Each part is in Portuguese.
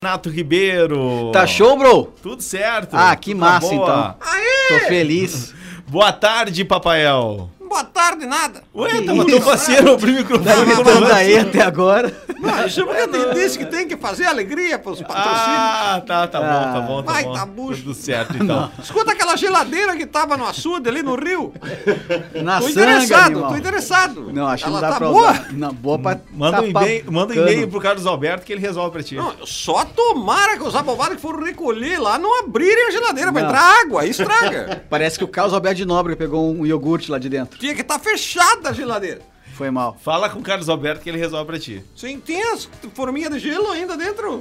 Renato Ribeiro. Tá show, bro? Tudo certo. Ah, que Tudo na massa boa. então. Tô É. feliz. Boa tarde, papaiel. Boa tarde, nada. Ué, Que tava tão isso? faceiro abrir o microfone. Tá gritando não. aí até agora. Mas É, ele disse que tem que fazer alegria pros patrocínios. Ah, tá, tá bom, tá bom, tá Vai, bom. tá bucho. Tudo certo, então. Escuta aquela geladeira que tava no açude ali no rio. Na Tô sanga, interessado, animal. tô interessado. Não, acho que não Ela dá tá pra boa. usar. Não, boa pra Manda um tapar e-mail, manda um cano. e-mail pro Carlos Alberto que ele resolve pra ti. Não, só tomara que os abobados que foram recolher lá não abrirem a geladeira pra Não. entrar água, aí estraga. Parece que o Carlos Alberto de Nobre pegou um iogurte lá de dentro. Tinha que estar fechada a geladeira. Foi mal. Fala com o Carlos Alberto que ele resolve pra ti. Sim, tem as forminhas de gelo ainda dentro.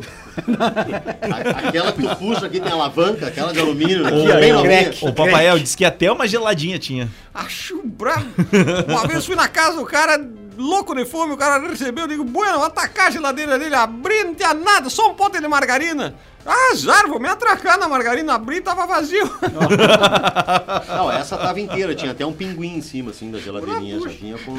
A- Aquela que tu puxa aqui tem alavanca, aquela de alumínio. né? Aqui, ó, é bem o novinha. O papaiel disse que até uma geladinha tinha. Acho bravo. Uma vez fui na casa do cara, louco de fome, o cara recebeu, eu digo, bueno, vou atacar a geladeira dele, abri, não tinha nada, só um pote de margarina. Azar, vou me atracar na margarina, abri, tava vazio. Não, essa tava inteira, tinha até um pinguim em cima, assim, da geladeirinha. Já Puxa. vinha com,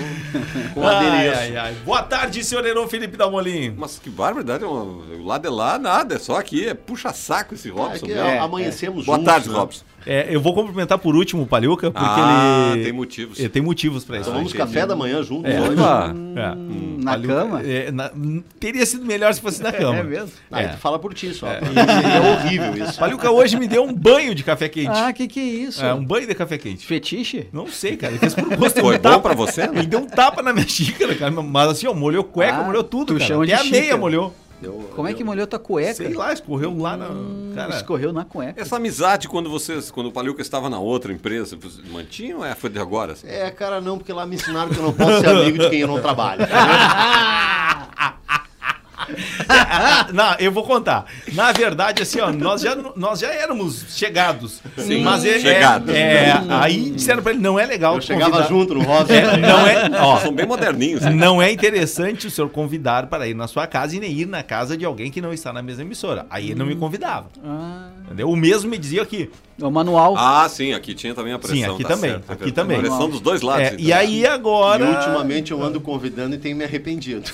com adereço. Ai, ai, ai. Boa tarde, senhor Heron Felipe Damolim. Mas que barbaridade, o- lá de lá nada, é só aqui, é puxa-saco esse É Robson. que meu. é. amanhecemos Boa juntos, tarde, né? Robson. É, eu vou cumprimentar por último o Paliuca, porque Ah, ele. tem motivos. Ele tem motivos pra isso. Tomamos né? café da manhã juntos. É. hoje. Opa, É. na Paliuca- cama? é, na- hum, teria sido melhor se fosse na cama. É mesmo? Aí É. Ah, tu fala por ti só. É, é horrível isso. Paliuca hoje me deu um banho de café quente. Ah, que que é isso? É, um banho de café quente. Fetiche? Não sei, cara. Ele fez por gosto. ele foi deu um bom tapa- pra você? né? Ele deu um tapa na minha xícara, cara. Mas assim, ó, molhou cueca, Ah, molhou tudo, tu cara. chama Até de a meia xícara. molhou. Eu- Como é eu- que molhou tua cueca? Sei lá, escorreu lá na... Cara, Escorreu na cueca. Essa amizade, quando vocês, quando o Paliuca estava na outra empresa, vocês mantinham ou é, foi de agora? assim? É, cara, não, porque lá me ensinaram que eu não posso ser amigo de quem eu não trabalho. Ah, não, eu vou contar. Na verdade, assim, ó, nós já, nós já éramos chegados. Sim, mas é, chegados. é, aí disseram pra ele, não é legal Eu tu chegava convidar- junto no Rosa. É, não é, ó, Vocês São bem moderninhos. né? Não é interessante o senhor convidar para ir na sua casa e nem ir na casa de alguém que não está na mesma emissora. Aí ele não me convidava. Ah, Entendeu? O mesmo me dizia aqui. é o manual. Ah, sim, aqui tinha também a pressão. Sim, aqui tá também, certo, é aqui verdade. também. A pressão dos dois lados. É, então. e aí E agora. ultimamente eu ando convidando e tenho me arrependido.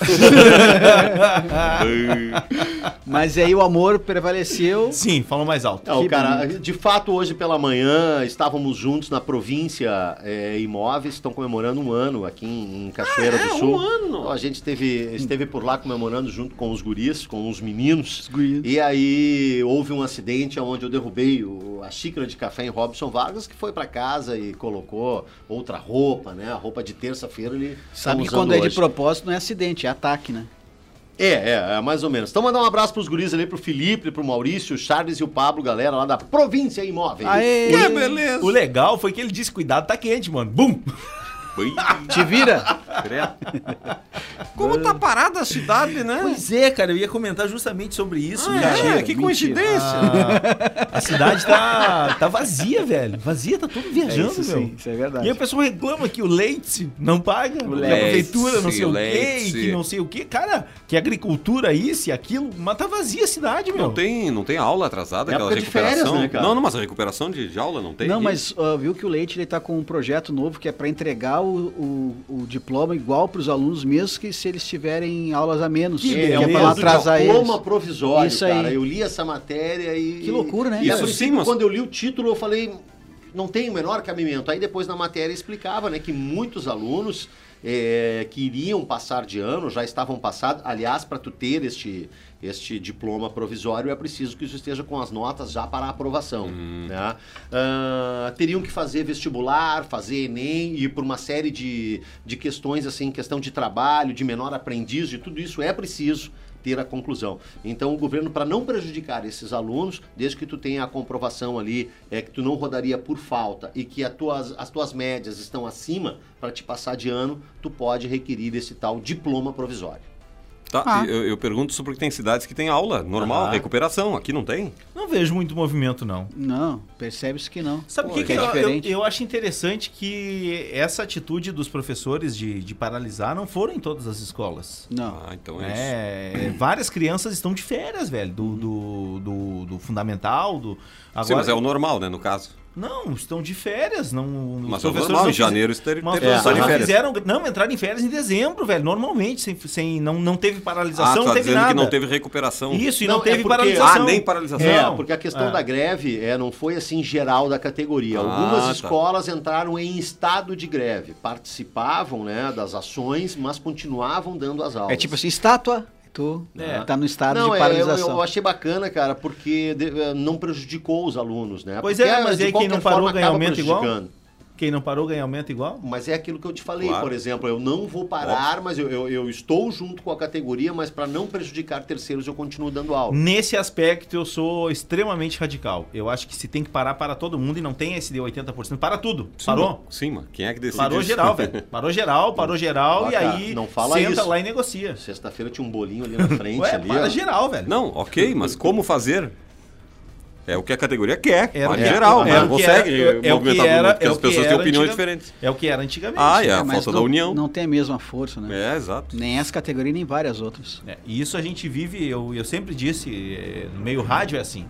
Mas aí o amor prevaleceu. Sim, falou mais alto. Não, Que cara, de fato, hoje pela manhã estávamos juntos na província é, Imóveis, estão comemorando um ano aqui em, em Cachoeira Ah, é? do Sul. Um ano. a gente esteve, esteve por lá comemorando junto com os guris, com os meninos. guris. E aí houve um acidente onde eu derrubei o- a xícara de café em Robson Vargas, que foi pra casa e colocou outra roupa, né? A roupa de terça-feira ele tá Sabe que usando quando é de hoje. propósito não é acidente, é ataque, né? É, é, é, mais ou menos. Então mandar um abraço pros guris ali, pro Felipe, pro Maurício, o Charles e o Pablo, galera lá da Província É, Imóveis. Aê! Que beleza! O legal foi que ele disse: cuidado, tá quente, mano. Bum! Ui, Te vira! credo. Como tá parada a cidade, né? Pois é, cara, eu ia comentar justamente sobre isso. Ah, é, cara. Ah. mentira, que mentira. coincidência! A cidade tá, tá vazia, velho. Vazia, tá todo viajando, isso meu. sim, isso é verdade. E a pessoa reclama que o leite não paga, que a leite, prefeitura não sei o quê, leite. e que não sei o quê. Cara, que agricultura é isso e aquilo, mas tá vazia a cidade, meu. Não, tem, não tem aula atrasada, É aquela época de recuperação. férias, né, cara? Não, não, mas a recuperação de, de aula não tem. Não, mas ó, viu que o Leite ele tá com um projeto novo que é para entregar o, o- o diploma igual para os alunos, mesmo que se eles tiverem aulas a menos. Que é, É, beleza. um pra tal não do atrasar diploma eles. provisório, Isso cara. aí. Eu li essa matéria e... Que loucura, né, E a cara? princípio, Sim, mas- quando eu li o título, eu falei, não tem o menor cabimento. Aí depois na matéria explicava, né, que muitos alunos eh, que iriam passar de ano, já estavam passados. Aliás, para tu ter este, este diploma provisório, é preciso que isso esteja com as notas já para aprovação, Hum. né? Ah, teriam que fazer vestibular, fazer Enem e por uma série de, de questões, assim, questão de trabalho, de menor aprendiz, de tudo isso é preciso ter a conclusão. Então o governo para não prejudicar esses alunos, desde que tu tenha a comprovação ali é que tu não rodaria por falta e que a tuas- as tuas médias estão acima para te passar de ano, tu pode requerir esse tal diploma provisório. Tá, Ah. e eu, eu pergunto isso porque tem cidades que tem aula normal, Ah. Aham. recuperação. Aqui não tem. Não vejo muito movimento, não. Não, percebe-se que não. Sabe o Pô, que, que é eu, eu, diferente? eu acho interessante que essa atitude dos professores de, de paralisar não foram em todas as escolas. Não. Ah, então é, isso. É, várias crianças estão de férias, velho, do, do, do, do fundamental, do... é um- Sim, mas é o normal, né, no caso. Não, estão de férias. Não, Mas os é professores normal, não em fizeram- janeiro estar Mas É, só tá não de férias. fizeram. Não, entraram em férias em dezembro, velho. Normalmente, sem, sem, não, não teve Ah, paralisação, tu não tá teve dizendo nada. que não teve recuperação. Isso, e Não, não, é teve porque- paralisação. Ah, nem paralisação. É, Não. porque a questão É. da greve é, não foi assim geral da categoria. Ah, Algumas tá. escolas entraram em estado de greve, participavam né, das ações, mas continuavam dando as aulas. É tipo assim, estátua, tu É. tá no estado não, de é, paralisação. eu, eu achei bacana, cara, porque de- eh, não prejudicou os alunos, né? Pois Porque, é, mas de aí quem não qualquer parou forma, ganha acaba aumento igual? prejudicando. Quem não parou ganha aumento igual? Mas é aquilo que eu te falei, Claro. por exemplo, eu não vou parar, mas eu, eu- eu estou junto com a categoria, mas para não prejudicar terceiros eu continuo dando aula. Nesse aspecto, eu sou extremamente radical. Eu acho que se tem que parar para todo mundo e não tem esse de 80%. Para tudo. Sim, Parou? mano. Sim, mano. Quem é que decide Parou isso? geral, velho. Parou geral, parou geral, Ah, e cara, aí não fala senta isso. lá e negocia. Sexta-feira tinha um bolinho ali na frente. Ué, ali, ó. para geral, velho. Não, ok, mas como fazer? É o que a categoria quer, Era para o que- geral, era mas não o que consegue era- é o que movimentar era- tudo, porque é o as que pessoas têm era opiniões antiga- diferentes. É o que era antigamente. Ah, é a mas falta não- da união. Não tem a mesma força, né? É, exato. Nem essa categoria, nem várias outras. É, e isso a gente vive, eu, eu sempre disse, é, no meio rádio é assim.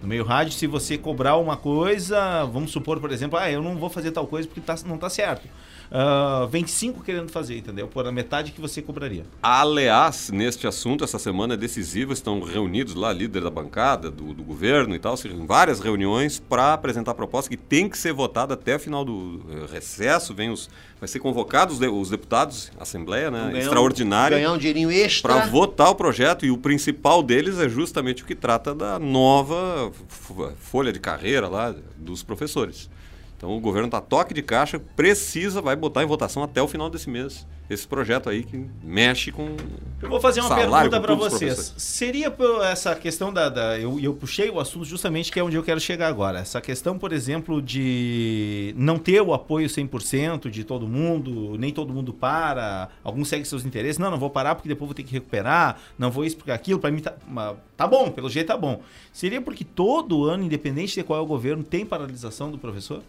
No meio rádio, se você cobrar uma coisa, vamos supor, por exemplo, ah, eu não vou fazer tal coisa porque tá- não tá certo. Ah, vem cinco querendo fazer, entendeu? Por a metade que você cobraria. Aliás, neste assunto, essa semana é decisiva, estão reunidos lá, líder da bancada, do, do governo e tal, ou seja, em várias reuniões para apresentar proposta que tem que ser votada até o final do eh, recesso, vem os, vai ser convocados os de- os deputados, Assembleia, né, Ganhar um- extraordinária, Ganhar um dinheirinho extra. para votar o projeto e o principal deles é justamente o que trata da nova f- folha de carreira lá dos professores. Então o governo está toque de caixa, precisa, vai botar em votação até o final desse mês esse projeto aí que mexe com. Eu vou fazer uma salário pergunta com para todos os vocês. professores. Seria por essa questão da. da- eu, eu puxei o assunto justamente que é onde eu quero chegar agora. Essa questão, por exemplo, de não ter o apoio 100% de todo mundo, nem todo mundo para, alguns seguem seus interesses. Não, não vou parar porque depois vou ter que recuperar, não vou isso porque aquilo. Para mim tá, ma- tá bom, pelo jeito tá bom. Seria porque todo ano, independente de qual é o governo, tem paralisação do professor?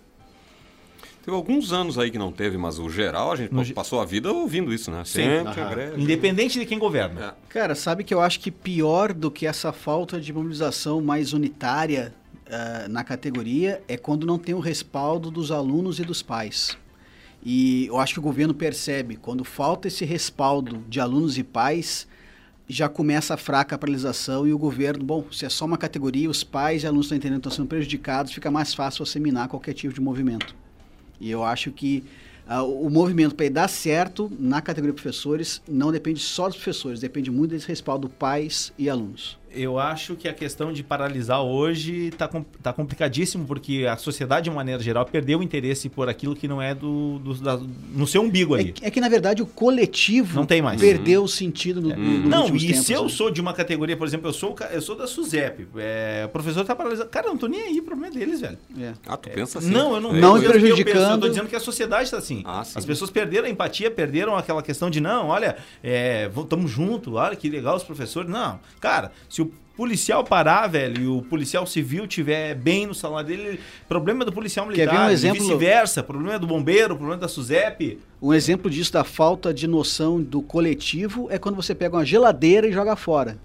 Teve alguns anos aí que não teve, mas o geral a gente No pa- ge- passou a vida ouvindo isso, né? Sim. Sempre a Aham. greve. Independente de quem governa. É. Cara, sabe que eu acho que pior do que essa falta de mobilização mais unitária ah, na categoria é quando não tem o respaldo dos alunos e dos pais. E eu acho que o governo percebe, quando falta esse respaldo de alunos e pais, já começa a fraca a paralisação e o governo, bom, se é só uma categoria, os pais e alunos estão entendendo que estão sendo prejudicados, fica mais fácil asseminar qualquer tipo de movimento. E eu acho que ah, o o movimento para dar certo na categoria professores não depende só dos professores, depende muito desse respaldo pais e alunos. Eu acho que a questão de paralisar hoje tá, com- tá complicadíssimo, porque a sociedade, de uma maneira geral, perdeu o interesse por aquilo que não é do, do- da- no seu umbigo É, ali. que- é que, na verdade, o coletivo Não tem mais. Uhum. É. perdeu o sentido no, no, nos Não, últimos e tempos, se eu né? sou de uma categoria, por exemplo, eu sou, o ca- eu sou da SUSEP, é, o professor tá paralisado. Cara, eu não tô nem aí, problema deles, velho. É. Ah, tu pensa assim? Não, eu não Não É eu- eu- eu prejudicando. penso, Eu tô dizendo que a sociedade está assim. Ah, sim. As pessoas perderam a empatia, perderam aquela questão de não, olha, é, vamos- tamo junto, olha que legal os professores. Não, cara, se o policial parar, velho, e o policial civil tiver bem no salário dele, problema é do policial ver um militar, e exemplo? vice-versa, problema é do bombeiro, problema é da SUSEP. Um exemplo disso da falta de noção do coletivo é quando você pega uma geladeira e joga fora.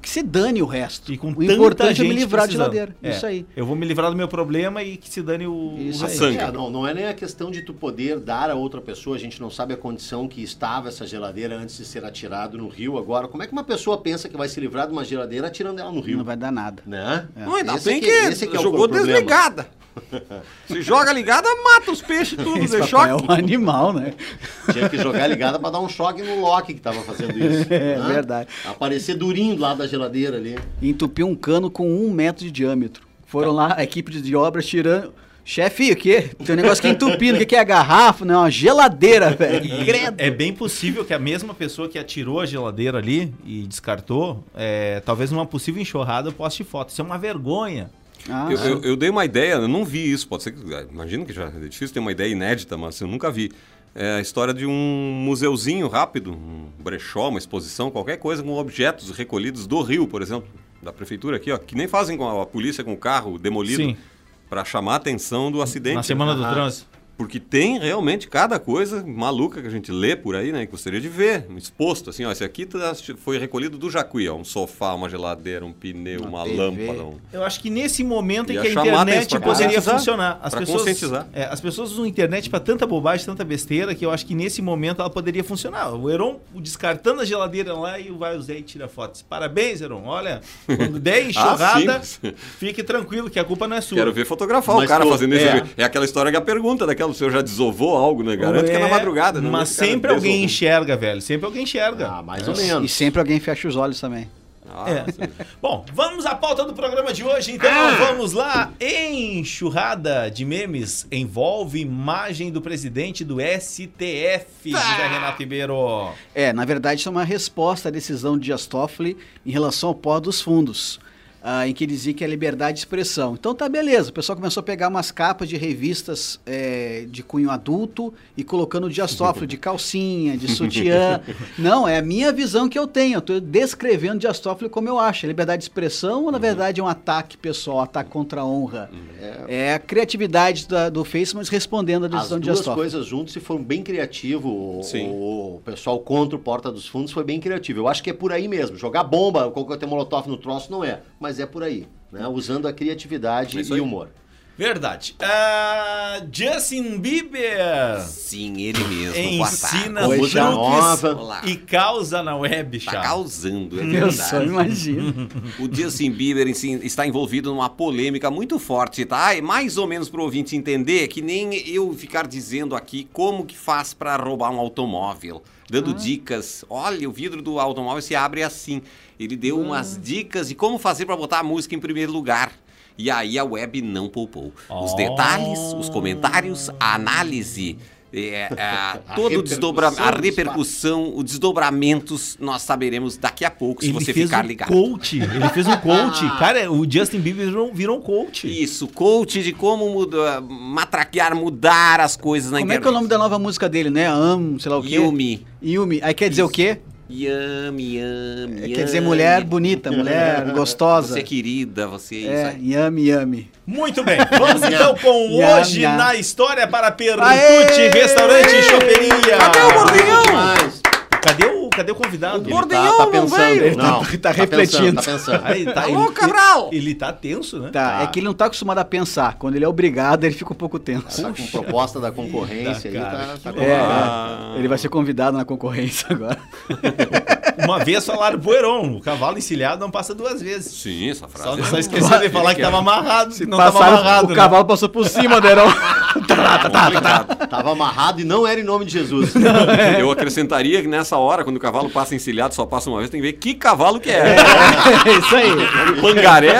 Que se dane o resto. E com o tanta importante é me gente livrar de precisando. geladeira. É. Isso aí. Eu vou me livrar do meu problema e que se dane o... Isso o aí. resto. Sangue. É, não, não é nem a questão de tu poder dar a outra pessoa, a gente não sabe a condição que estava essa geladeira antes de ser atirado no rio agora. Como é que uma pessoa pensa que vai se livrar de uma geladeira atirando ela no rio? Não vai dar nada. Né? Não, ainda Esse bem é que, esse é que é o jogou problema. desligada. Se joga ligada, mata os peixes tudo, Esse deixa papai é um animal, né? Tinha que jogar ligada pra dar um choque no Loki que tava fazendo isso. É né? verdade. Aparecer durinho lá da geladeira ali. entupiu um cano com um metro de diâmetro. Foram lá, a equipe de obras tirando. Chefe, o quê? Tem um negócio que é entupindo, o que que é garrafa? Não, é uma geladeira, velho. Credo. É bem possível que a mesma pessoa que atirou a geladeira ali e descartou, é, talvez numa possível enxurrada, poste foto. Isso é uma vergonha. Ah, Eu, eu- eu dei uma ideia, eu não vi isso, pode ser que. Imagino que já é difícil ter uma ideia inédita, mas eu nunca vi. É a história de um museuzinho rápido, um brechó, uma exposição, qualquer coisa com objetos recolhidos do rio, por exemplo, da prefeitura aqui, ó, que nem fazem com a, a polícia com o carro demolido Sim. para chamar a atenção do acidente. né? Na semana do Aham. trânsito. Porque tem realmente cada coisa maluca que a gente lê por aí, né? Que gostaria de ver, exposto. Assim, ó, esse aqui tá- foi recolhido do Jacuí, ó. Um sofá, uma geladeira, um pneu, uma, TV. lâmpada. um- Eu acho que nesse momento em E que a a chamada é isso, internet pra poderia conscientizar. funcionar. As Pra pessoas, conscientizar. é, as pessoas usam a internet para tanta bobagem, tanta besteira, que eu acho que nesse momento ela poderia funcionar. O Heron o descartando a geladeira lá e vai o Zé e tira fotos. Parabéns, Heron. Olha, quando der enxurrada, Ah, sim. fique tranquilo que a culpa não é sua. Quero ver fotografar Mas, o cara pô, fazendo isso. é. É aquela história que a pergunta daquela, o senhor já desovou algo, né? Garanto que é na É, madrugada. né? Mas O cara sempre alguém desovou. enxerga, velho. Sempre alguém enxerga. Ah, mais ou menos. E sempre alguém fecha os olhos também. Ah, É. sim. Bom, vamos à pauta do programa de hoje, então vamos lá. Enxurrada de memes envolve imagem do presidente do STF, José Renato Ribeiro. É, na verdade, isso é uma resposta à decisão de Dias Toffoli em relação ao pó dos fundos, ah, em que dizia que é liberdade de expressão. Então tá beleza, o pessoal começou a pegar umas capas de revistas eh, de cunho adulto e colocando o Dias Toffoli de calcinha, de sutiã. Não, é a minha visão que eu tenho, eu tô descrevendo Dias Toffoli como eu acho. É liberdade de expressão Uhum. ou, na verdade, é um ataque pessoal, ataque contra a honra? É a criatividade da- do Facebook respondendo à Uhum. As decisão de Dias duas Toffoli. coisas juntas e foram bem criativos. O, Sim. o pessoal contra o Porta dos Fundos foi bem criativo. Eu acho que é por aí mesmo. Jogar bomba, colocar ter molotov no troço não é, mas é por aí. Né? Usando a criatividade É isso e aí. humor. Verdade. Ah, Justin Bieber Sim, ele mesmo. É, ensina Boa tarde. truques Coisa nova. Olá. e causa na web, Tá chá. causando, é Eu só verdade. imagino. O Justin Bieber sim, está envolvido numa polêmica muito forte, tá? É mais ou menos pro ouvinte entender que nem eu ficar dizendo aqui como que faz para roubar um automóvel, dando Ah. dicas. Olha, o vidro do automóvel se abre assim. Ele deu Ah. umas dicas de como fazer para botar a música em primeiro lugar. E aí a web não poupou. Os Oh. detalhes, os comentários, a análise, é, é, A todo o desdobramento, a repercussão dos repercussão, os desdobramentos, nós saberemos daqui a pouco, se você fez ficar um ligado. Ah. coach. Ele fez um coach. Cara, o Justin Bieber virou, virou um coach. Isso, coach de como muda, matraquear, mudar as coisas na Como é internet. que é o nome da nova música dele, né? Amo, sei lá o quê. Yumi. Yumi. Aí quer dizer o quê? Yami, yami, É, Quer dizer mulher bonita, mulher gostosa. Você é querida, você é isso É, aí. yami, yami. Muito bem, vamos então com Nham, Hoje nham. na História para Pertute Aê! Restaurante e Choperia. Cadê o Bordignon? Demais. Cadê o, cadê o convidado? Ele Bordignon tá, não tá pensando. veio. Não, Ele tá- tá refletindo. Pensando, tá pensando. Ah, ele tá- ele- Alô, Cabral! Ele, ele tá tenso, né? Tá, Tá. é que ele não tá acostumado a pensar. Quando ele é obrigado, ele fica um pouco tenso. Tá com proposta da concorrência Eita, cara, aí, tá, tá que com- É, Ah. ele vai ser convidado na concorrência agora. Uma vez falaram pro Heron, o cavalo encilhado não passa duas vezes. Sim, essa frase. Só, é- só esqueceu de falar que tava amarrado, se não tava Passaram- amarrado. o né? cavalo passou por cima né, do Heron. Tá, tá, tá, tá, tá. Tava amarrado e não era em nome de Jesus. Eu acrescentaria que nessa hora, quando o cavalo passa encilhado, só passa uma vez, tem que ver que cavalo que é. É isso aí. Pangaré?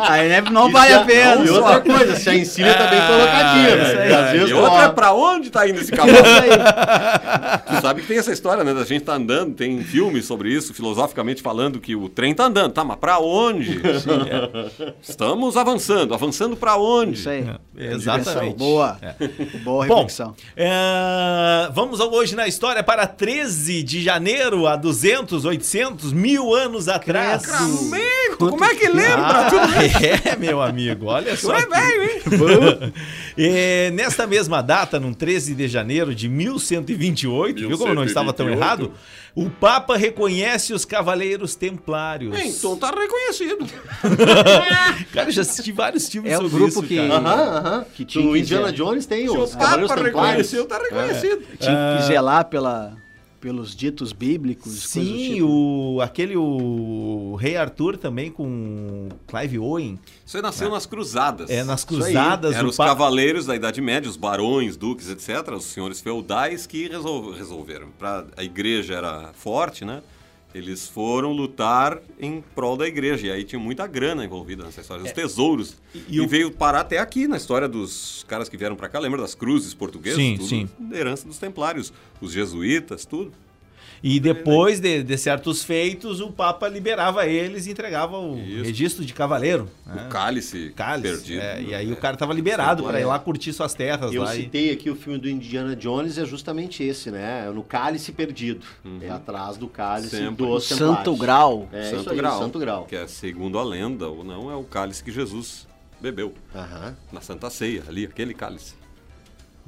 Aí né, não vale Isso é- a um pena. E outra coisa, se a ensina tá bem colocadinha, isso né? aí. E Às vezes E outra é coloca- pra onde tá indo esse É cavalo? isso aí. Tu sabe que tem essa história, né? Da gente tá andando, tem filme sobre isso, filosoficamente falando que o trem tá andando, tá? Mas pra onde? É. Estamos avançando, avançando pra onde? Isso aí. É, Exatamente. Boa. É. Boa Bom, reflexão. é, vamos ao hoje na história para 13 de janeiro, há 200, 800, mil anos atrás. Amigo, como é que lembra? Ah, É, meu amigo, olha só. é que- velho, hein? É, nesta mesma data, num 13 de janeiro de 1128, viu como eu não estava tão errado? O Papa reconhece os Cavaleiros É, Templários. Então tá reconhecido. Cara, eu já assisti vários filmes É o sobre grupo isso, que- cara. Aham, aham. Que tinha No que Indiana dizer. Jones tem os Se o Papa tá Cavaleiros Templários. reconheceu, tá reconhecido. Tinha que zelar pela, pelos ditos bíblicos. coisas do Ah. Sim, tipo. o, aquele o Rei Arthur também com Clive Owen. Isso aí nasceu nas cruzadas. É, nas aí. cruzadas Eram do os Papa. cavaleiros da Idade Média, os barões, duques, etc., os senhores feudais que resol- resolveram. Pra, a igreja era forte, né? Eles foram lutar em prol da igreja. E aí tinha muita grana envolvida nessa história, os tesouros. E- E, É. e o- veio parar até aqui, na história dos caras que vieram pra cá. Lembra das cruzes portuguesas? Sim, tudo, sim. Herança dos templários, os jesuítas, tudo. E né? depois de, de certos feitos, o Papa liberava eles e entregava o Isso. registro de cavaleiro. né? O cálice, cálice. perdido. é, e aí o cara tava liberado para ir lá curtir suas terras Eu lá. e- citei aqui o filme do Indiana Jones, é justamente esse, né? É No Cálice Perdido. É atrás do cálice Sempre. do Santo Grau. É, Santo isso aí, Graal, Santo Grau. Que é, segundo a lenda, ou não, é o cálice que Jesus bebeu Aham. na Santa Ceia, ali, aquele cálice.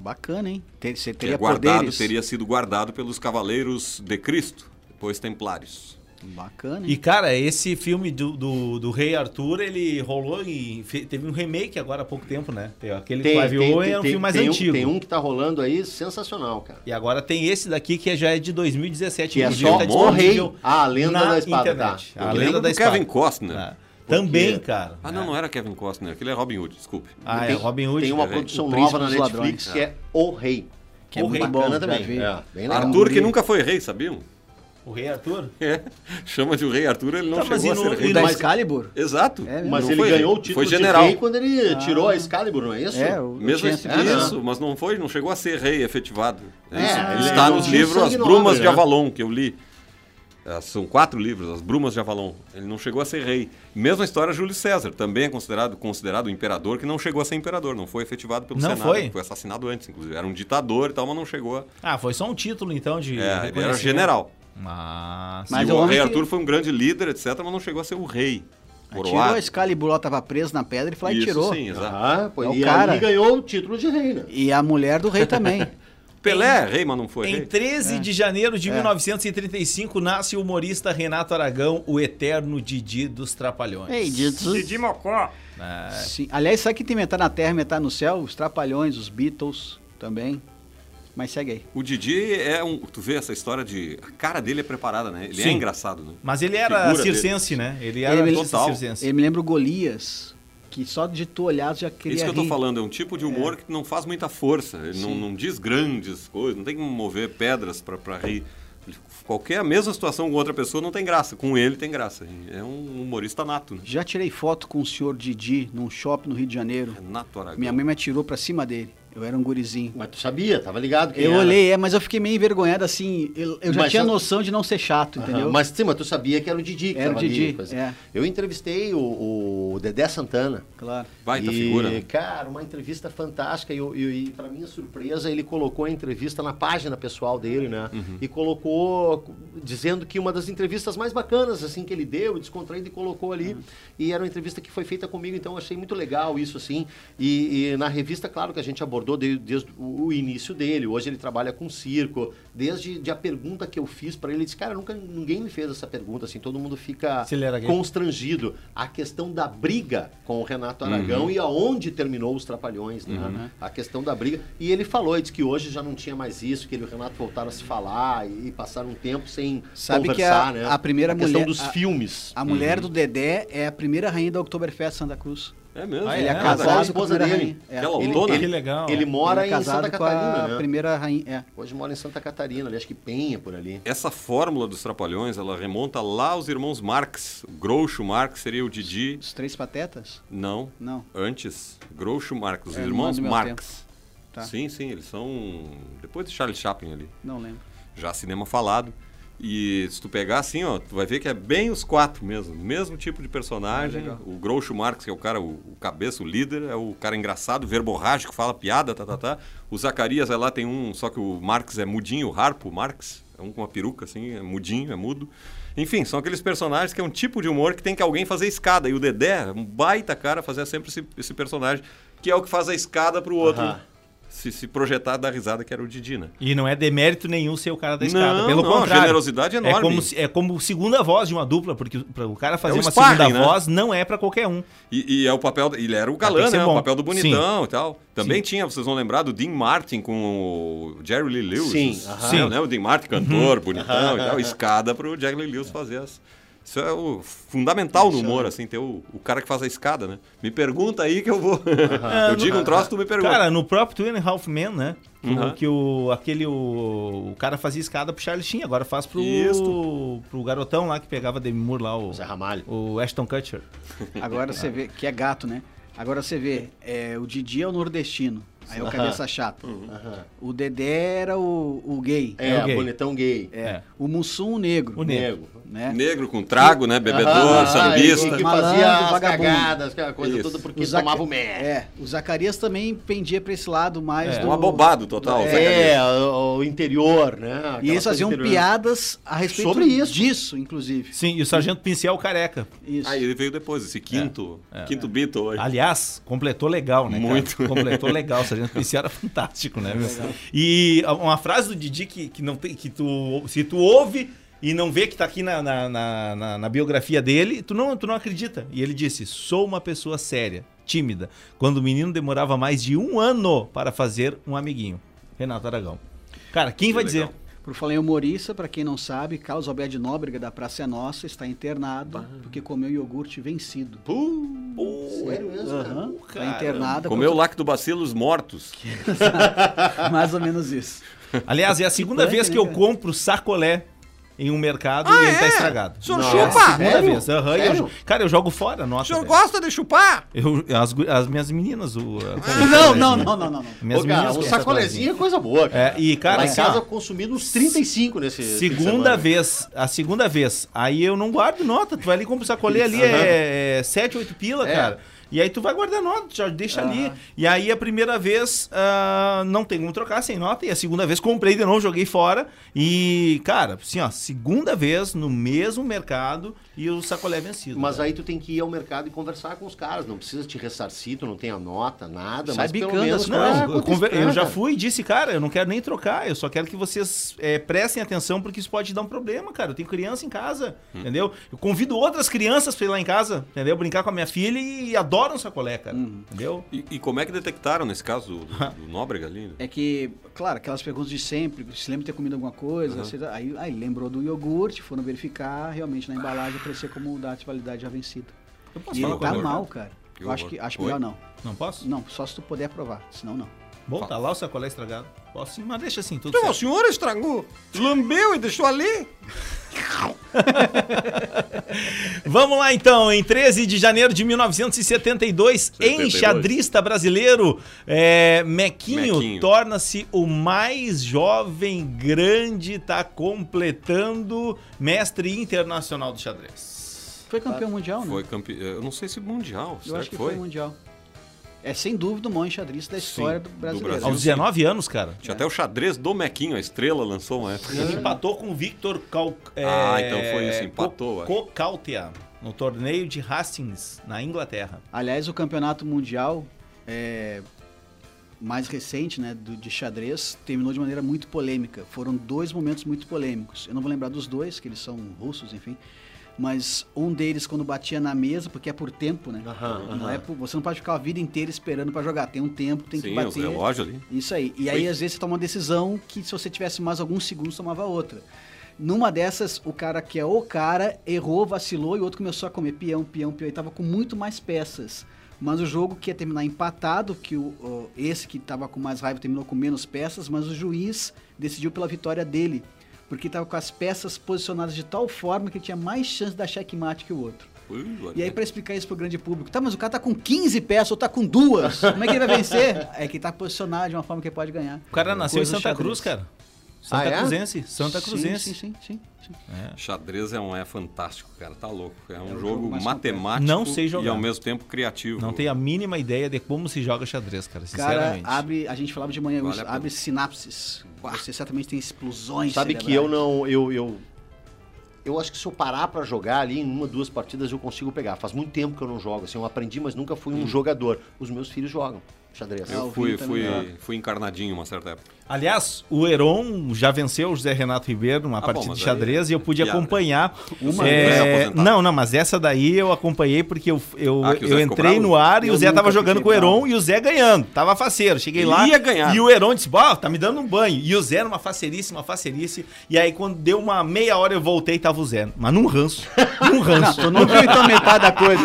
Bacana, hein? Ter- Você Que é teria guardado, poderes. teria sido guardado pelos cavaleiros de Cristo, depois templários. Bacana, hein? E, cara, esse filme do, do, do Rei Arthur, ele rolou e fe- teve um remake agora há pouco tempo, né? Tem aquele que Clive Owen é um filme mais tem antigo. tem um que tá rolando aí sensacional, cara. E agora tem esse daqui que já é de 2017. Que é inclusive, só tá o rei, disponível a lenda na da espada. tá? internet. Eu A me lenda lembro da do espada. Kevin Costner. Ah, Também, Né? Porque- cara. Ah, não, não era Kevin Costner, aquele é Robin Hood, desculpe. Ah, é Tem- Robin Hood. Tem uma né? produção O Príncipe nova na dos Netflix Ladrões. que é O Rei. Que é o rei muito bom, Bacana já também. vi. É, bem legal. um Arthur que nunca foi rei, sabiam? O Rei Arthur? É. Chama de o rei Arthur, ele não Tá, mas chegou a e no- ser e rei. O da Mas- Excalibur? Exato. É, Mas Não ele foi rei, ganhou o título foi general. de rei quando ele tirou a Excalibur, não é isso? É, eu, eu Mesmo tinha assim, essa ideia. isso, mas não foi, não chegou a ser rei efetivado. É, Isso ele está não nos tinha livros As sangue Brumas nobre, de né? Avalon, que eu li. Ah, São quatro livros, As Brumas de Avalon. Ele não chegou a ser rei. Mesma história, Júlio César, também é considerado, considerado um imperador, que não chegou a ser imperador, não foi efetivado pelo Não Senado. foi? assassinado antes, inclusive. Era um ditador e tal, mas não chegou a. Ah, foi só um título, então, de. um É, ele era reconhecimento. Ah, general. Mas. né? Mas e é um o homem rei que- Arthur foi um grande líder, etc., mas não chegou a ser o rei. Tirou a Coroado. Excalibur, ela tava presa na pedra e foi lá e Isso, tirou. Sim, exato. Ah, pois, É o e cara. aí ganhou o título de rei, né? E a mulher do rei também. Pelé é rei, mas não foi Em rei. 13 de janeiro É. de 1935 nasce o humorista Renato Aragão, o eterno Didi dos Trapalhões. Ei, Jesus. Ah, Didi Mocó. Sim. Aliás, sabe que tem metade na terra, metade no céu? Os Trapalhões, os Beatles também. Mas segue aí. O Didi é um. Tu vê essa história de. A cara dele é preparada, né? Ele é Sim. engraçado, né? Mas ele era Figura circense, né? Ele era Ele- artista total. circense. Ele me lembra o Golias, que só de tu olhar tu já queria Isso que eu tô rir. falando, é um tipo de humor que não faz muita força. Ele não, não diz grandes coisas, não tem como mover pedras pra, pra rir. Ele- Qualquer a mesma situação com outra pessoa não tem graça. Com ele tem graça. É um humorista nato, né? Já tirei foto com o senhor Didi num shopping no Rio de Janeiro. É nato Aragão. Minha mãe me atirou pra cima dele. Eu era um gurizinho. Mas tu sabia, tava ligado quem Eu era. olhei, é, mas eu fiquei meio envergonhado assim. Eu, eu já Mas tinha eu- noção de não ser chato, entendeu? Aham, Mas, sim, mas tu sabia que era o Didi que Era o tava ali, Didi, coisa. é. Eu entrevistei o, o Dedé Santana. Claro. e, Baita figura. né? Cara, uma entrevista fantástica. E, eu- e, e para minha surpresa, ele colocou a entrevista na página pessoal dele, né? Uhum. E colocou dizendo que uma das entrevistas mais bacanas, assim, que ele deu, descontraído, e colocou ali. Uhum. E era uma entrevista que foi feita comigo, então eu achei muito legal isso, assim. E, e na revista, claro que a gente abordou de- desde o o início dele. Hoje ele trabalha com circo. Desde de a pergunta que eu fiz para ele, ele disse, cara, nunca ninguém me fez essa pergunta, assim, todo mundo fica Se ele era gay. constrangido. A questão da briga com o Renato Uhum. Aragão e aonde terminou os Trapalhões, né? A questão da briga. E ele falou, ele disse que hoje já não tinha mais isso, que ele e o Renato voltaram a se falar e, e passaram um tempo sem Sabe que conversar, a- né? a primeira questão mulher- dos a- filmes. A mulher do Dedé é a primeira rainha da Oktoberfest Santa Cruz. É mesmo. Ah, Ele é, é? casado Ela é com a a esposa primeira dele. rainha. É. Aquela Ele- londona. Que legal. Ele mora ele é em Santa casado com a Catarina, né? primeira rainha. É. Hoje mora em Santa Catarina, ali, acho que Penha, por ali. Essa fórmula dos Trapalhões, ela remonta lá aos irmãos Marx. O Groucho Marx seria o Didi. Os três patetas? Não. Não. Antes, Groucho Marx. Os É, não é irmãos do meu Marx. Tá. Sim, sim, eles são. Depois de Charles Chaplin ali. Não lembro. já cinema falado. E se tu pegar assim, ó, tu vai ver que é bem os quatro mesmo. Mesmo tipo de personagem. o Groucho Marx, que é o cara, o, o cabeça, o líder, é o cara engraçado, verborrágico, fala piada, tá, tá, tá. O Zacarias é lá, tem um, só que o Marx é mudinho, o Harpo Marx, é um com uma peruca, assim, é mudinho, é mudo. Enfim, são aqueles personagens que é um tipo de humor que tem que alguém fazer escada. E o Dedé, um baita cara, fazia sempre esse, esse personagem, que é o que faz a escada pro outro Aham. se, se projetar da risada, que era o Didi, né? E não é demérito nenhum ser o cara da Não, escada. Pelo não, a contrário. generosidade é enorme. como, se- é como segunda voz de uma dupla, porque o- pra o cara fazer É o uma sparring, segunda né? voz não é pra qualquer um. E, e é o papel. Ele era o Ah, tem galã, que ser né? O bom. papel do bonitão e tal. Também Sim. tinha, vocês vão lembrar, do Dean Martin com o Jerry Lee Lewis. Sim, Os- aham. Né, o Dean Martin, Uhum. cantor, bonitão e tal. Escada pro Jerry Lee Lewis fazer as. Isso é o fundamental no humor, assim, ter o, o cara que faz a escada, né? Me pergunta aí que eu vou. eu digo um troço, tu me pergunta. Cara, no próprio Twin and Half Men, né? Uhum. O, que o, aquele, o, o cara fazia escada pro Charlie Sheen, agora faz pro, Isso. pro garotão lá que pegava Demi Moore lá, o, Zé Ramalho. o Ashton Kutcher. Agora Ah. você vê, que é gato, né? Agora você vê, é, o Didi é o nordestino. Aí é o cabeça chata. Aham. O Dedé era o, o gay. Uhum. É, É o gay. bonitão gay. É. O Mussum, o negro. O negro. Né? Negro com trago, né? Bebedor, Ah, sambista. e Que Malandro, fazia as vagabundo. cagadas, aquela coisa Isso. toda, porque O Zac- tomava o mé. É, o Zacarias também pendia pra esse lado mais É. do... Um abobado total. Zé É, Cabeça. o o interior, né? Aquela E eles coisa faziam interior. né? piadas a respeito Sobre isso. disso, inclusive. Sim, e o Sargento Pincel careca. Isso. Aí ele É. veio depois, esse quinto. Quinto Beatle. aí. Aliás, completou legal, né? cara? Muito. Completou legal o sargento policial era fantástico, né? meu? e a- uma frase do Didi que, que, não tem, que tu, se tu ouve e não vê que tá aqui na, na, na, na- na biografia dele, tu não, tu não acredita. E ele disse, sou uma pessoa séria, tímida. Quando o menino demorava mais de um ano para fazer um amiguinho. Renato Aragão. Cara, quem vai legal. dizer? Por falar em humorista, para quem não sabe, Carlos Alberto de Nóbrega da Praça é Nossa está internado porque comeu iogurte vencido. é Sério mesmo, cara? Aham, Tá Está caramba. internada. Comeu lactobacilos mortos. Mais ou menos isso. Aliás, é a segunda Punk, vez que né, eu cara? compro sacolé em um mercado Ah, e ele tá é? estragado. O senhor Não, chupa? É a segunda Sério? vez. Aham, e eu Sério? jo- cara, eu jogo fora, O nossa. senhor velho. gosta de chupar? Eu, as, gu- as minhas meninas, o. Ah, Não, não, né? não, não, não. não. Minhas Ô, cara, meninas um gostam sacolezinho é coisa boa, cara. É, e, cara, Lá em assim, casa ó, eu consumi uns 35 nesse fim de Segunda semana. vez, a segunda vez. Aí eu não guardo nota. Tu vai ali e compra o sacolê ali, é, é 7, 8 pila, É. cara. E aí tu vai guardar nota, já deixa ali. E aí a primeira vez ah, não tem como trocar sem nota. E a segunda vez comprei de novo, joguei fora. E, cara, assim, ó, segunda vez no mesmo mercado e o sacolé é vencido. Mas cara. aí tu tem que ir ao mercado e conversar com os caras. Não precisa te ressarcir, tu não tem a nota, nada. Sai mas pelo bicando menos é as conversa Não, com eu, o conver- eu cara. já fui e disse, cara, eu não quero nem trocar, eu só quero que vocês é, prestem atenção porque isso pode dar um problema, cara. Eu tenho criança em casa, Hum. entendeu? Eu convido outras crianças pra ir lá em casa, entendeu? Brincar com a minha filha e adoram sacolé, cara, Hum. entendeu? E, e como é que detectaram nesse caso do, do Nóbrega ali? né? É que, claro, aquelas perguntas de sempre, se lembra de ter comido alguma coisa, você- tá, aí, aí lembrou do iogurte, foram verificar, realmente na embalagem aparecia como data de validade já vencida. Eu E posso ele falar com tá horror, mal, né? cara. Que Eu acho horror. que acho Oi? melhor não. Não posso? Não, só se tu puder provar, senão não. Bom, tá lá o sacolé estragado. Posso sim, mas deixa assim, tudo Então, o certo. senhor estragou, lambeu e deixou ali? Vamos lá então, em 13 de janeiro de 1972, 72. enxadrista brasileiro é, Mequinho, Mequinho. torna-se o mais jovem grande, tá completando mestre internacional do xadrez. Foi campeão mundial, né? Tá. Foi campe... eh, Eu não sei se mundial, Eu será acho que foi? mundial. É sem dúvida o maior enxadrista da Sim, história do do brasileiro. Brasil. Aos 19 anos, cara. Tinha até o xadrez do Mequinho, a estrela lançou uma época. Ele empatou com o Victor Cal... é, Ah, então foi isso, empatou, Co- acho. Cocautea, no torneio de Hastings, na Inglaterra. Aliás, o campeonato mundial é, mais recente, né, do, de xadrez, terminou de maneira muito polêmica. Foram dois momentos muito polêmicos. Eu não vou lembrar dos dois, que eles são russos, enfim. Mas um deles, quando batia na mesa, porque é por tempo, né? Aham, não aham. é por- você não pode ficar a vida inteira esperando pra jogar. Tem um tempo, tem que Sim, os bater. relógios ali. Isso aí. E aí, às vezes, você toma uma decisão que se você tivesse mais alguns segundos, tomava outra. Numa dessas, o cara que é o cara errou, vacilou e o outro começou a comer peão, peão, peão. E tava com muito mais peças. Mas o jogo que ia terminar empatado, que o, o- esse que tava com mais raiva terminou com menos peças, mas o juiz decidiu pela vitória dele. Porque tava com as peças posicionadas de tal forma que ele tinha mais chance da checkmate que o outro. Ui, olha. E aí, pra explicar isso pro grande público, tá, mas o cara tá com 15 peças ou tá com duas. Como é que ele vai vencer? É que tá posicionado de uma forma que ele pode ganhar. O cara nasceu em Coisa do Santa xadrez. Cruz, cara. Santa Ah, é? Cruzense, Santa Sim, Sim, Cruzense. sim, sim. sim. Xadrez é um é fantástico, cara, tá louco. É um o jogo jogo mais matemático Não sei e jogar. ao mesmo tempo criativo. Não tenho a mínima ideia de como se joga xadrez, cara, Cara, sinceramente. abre, a gente falava de manhã, Vale hoje, a pena. abre sinapses. Bah. Você certamente tem explosões. Sabe que eu cerebrais. não. Eu, eu, eu acho que se eu parar pra jogar ali em uma, duas partidas, eu consigo pegar. Faz muito tempo que eu não jogo, assim, eu aprendi, mas nunca fui Hum. um jogador. Os meus filhos jogam xadrez. Ah, Eu o fui, Vini fui, também fui encarnadinho uma certa época. Aliás, o Heron já venceu o José Renato Ribeiro numa Ah, bom, partida mas de xadrés aí e eu é pude piada. acompanhar. Uma É, vez aposentado. não, não, mas essa daí eu acompanhei porque eu, eu, Ah, que o Zé eu ficou entrei bravo? no ar e Eu o Zé tava nunca jogando fiquei com o Heron bravo. e o Zé ganhando. Tava faceiro. Cheguei Ele lá ia ganhar. e o Heron disse: Bah, tá me dando um banho. E o Zé numa facerice, uma facerice. E aí quando deu uma meia hora eu voltei e tava o Zé. Mas num ranço. Num Não, ranço. tu não viu então metade da coisa.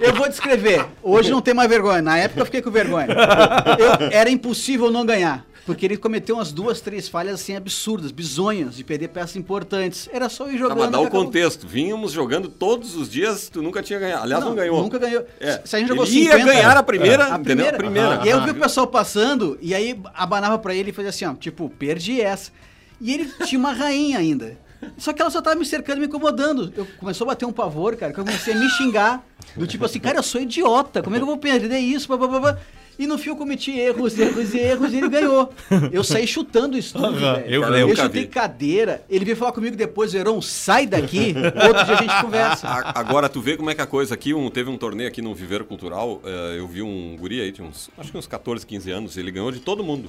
Eu vou descrever. Hoje não tem mais vergonha. Na época eu fiquei com vergonha. Eu- era impossível não ganhar. Porque ele cometeu umas duas, três falhas assim absurdas, bizonhas, de perder peças importantes. Era só ir Tá, jogando. mas dá que o um. acabou. contexto. Vínhamos jogando todos os dias, tu nunca tinha ganhado. Aliás, não, Não, ganhou. Nunca ganhou. É. Se a gente jogou Ele ia 50, ganhar a primeira, a entendeu? primeira. A primeira. E aí eu vi o pessoal passando, e aí abanava pra ele e fazia assim, ó, tipo, perdi essa. E ele tinha uma rainha ainda. Só que ela só tava me cercando, me incomodando. Eu começou a bater um pavor, cara, que eu comecei a me xingar. Do tipo assim, cara, eu sou idiota, como é que eu vou perder isso? Pá, pá, pá, pá. E no fim eu cometi erros, erros e erros e ele ganhou. Eu saí chutando isso tudo, Aham, velho. eu Cara, Eu, nunca chutei vi. cadeira, ele veio falar comigo depois, Heron, sai daqui, outro dia a gente conversa. A- Agora, tu vê como é que a coisa aqui, um, teve um torneio aqui no Viveiro Cultural, eh, eu vi um guri aí, tinha uns, acho que uns 14, 15 anos, ele ganhou de todo mundo.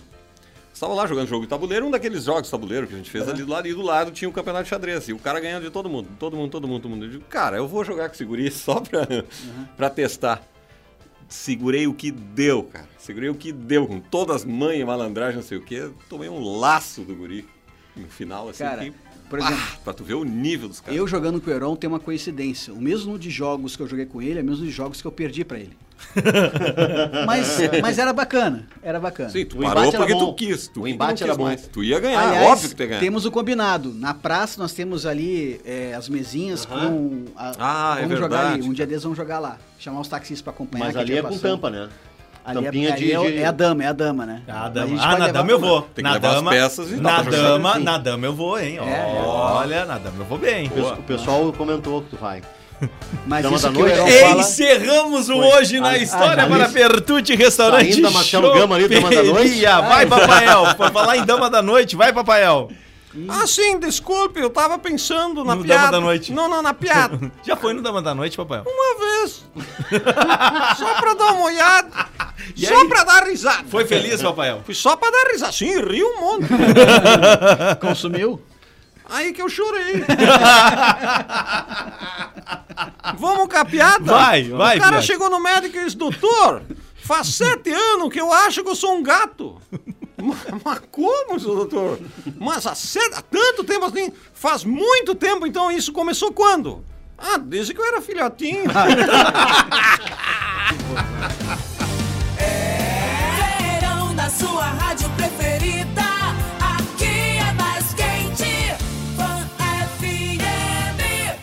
Estava lá jogando jogo de tabuleiro, um daqueles jogos de tabuleiro que a gente É. fez ali do lado, e do lado tinha o campeonato de xadrez, e o cara ganhando de todo mundo, todo mundo, todo mundo, todo mundo. Eu digo, cara, eu vou jogar com esse guri só pra, Uhum. pra testar. Segurei o que deu, cara. Segurei o que deu, com todas as manhas, malandragem, não sei o quê. Tomei um laço do guri no final, assim, Cara, que- por exemplo, Ah, pra tu ver o nível dos caras. Eu jogando com o Heron tem uma coincidência. O mesmo de jogos que eu joguei com ele é o mesmo de jogos que eu perdi pra ele. mas, mas era bacana, era bacana. Sim, tu O parou embate era porque bom. tu quis. Tu O embate tu não era quis bom. mais. Tu ia ganhar, Aliás, óbvio que tu ia ganhar. Temos o combinado. Na praça nós temos ali é, as mesinhas com. a- Ah, é vamos verdade, jogar ali. Um cara. dia deles vamos jogar lá. Chamar os taxistas pra acompanhar. Mas que a ali gente é vai com passando. tampa, né? Ali é- Tampinha ali de- é, o- de- é a dama, é a dama, né? Ah, Mas a dama. gente Ah, pode na levar dama eu pra- vou. que na levar as dama, peças e na tá jogando dama, assim. na dama eu vou, hein? é. Olha, na dama eu vou bem. O pessoal- O pessoal comentou que tu vai. Mas Dama isso da que o noite. Heron Ei, Então fala. Encerramos o Foi. Hoje na Ah, História ah, para isso. Bertucci Restaurante Saindo da Marcelo Gama ali, Dama da Noite. Choperia. Vai, Papael. Pra falar em Dama da Noite, vai, Papael. Ah, sim, desculpe, eu tava pensando na No Dama piada. da Noite. Não, não, na piada. Já foi no Dama da Noite, Papael? Uma vez. só pra dar uma olhada. E só aí? pra dar risada. Foi feliz, Papael? Fui só pra dar risada. Sim, ri um monte. Consumiu? Aí que eu chorei. Vamos com a piada? Vai, vai, O cara piada. chegou no médico e disse, doutor, faz sete anos que eu acho que eu sou um gato. mas, mas como, seu doutor? Mas há, sete- há tanto tempo assim, faz muito tempo, então isso começou quando? Ah, desde que eu era filhotinho. Verão da sua rádio preferida. Aqui é mais quente. Fan FM.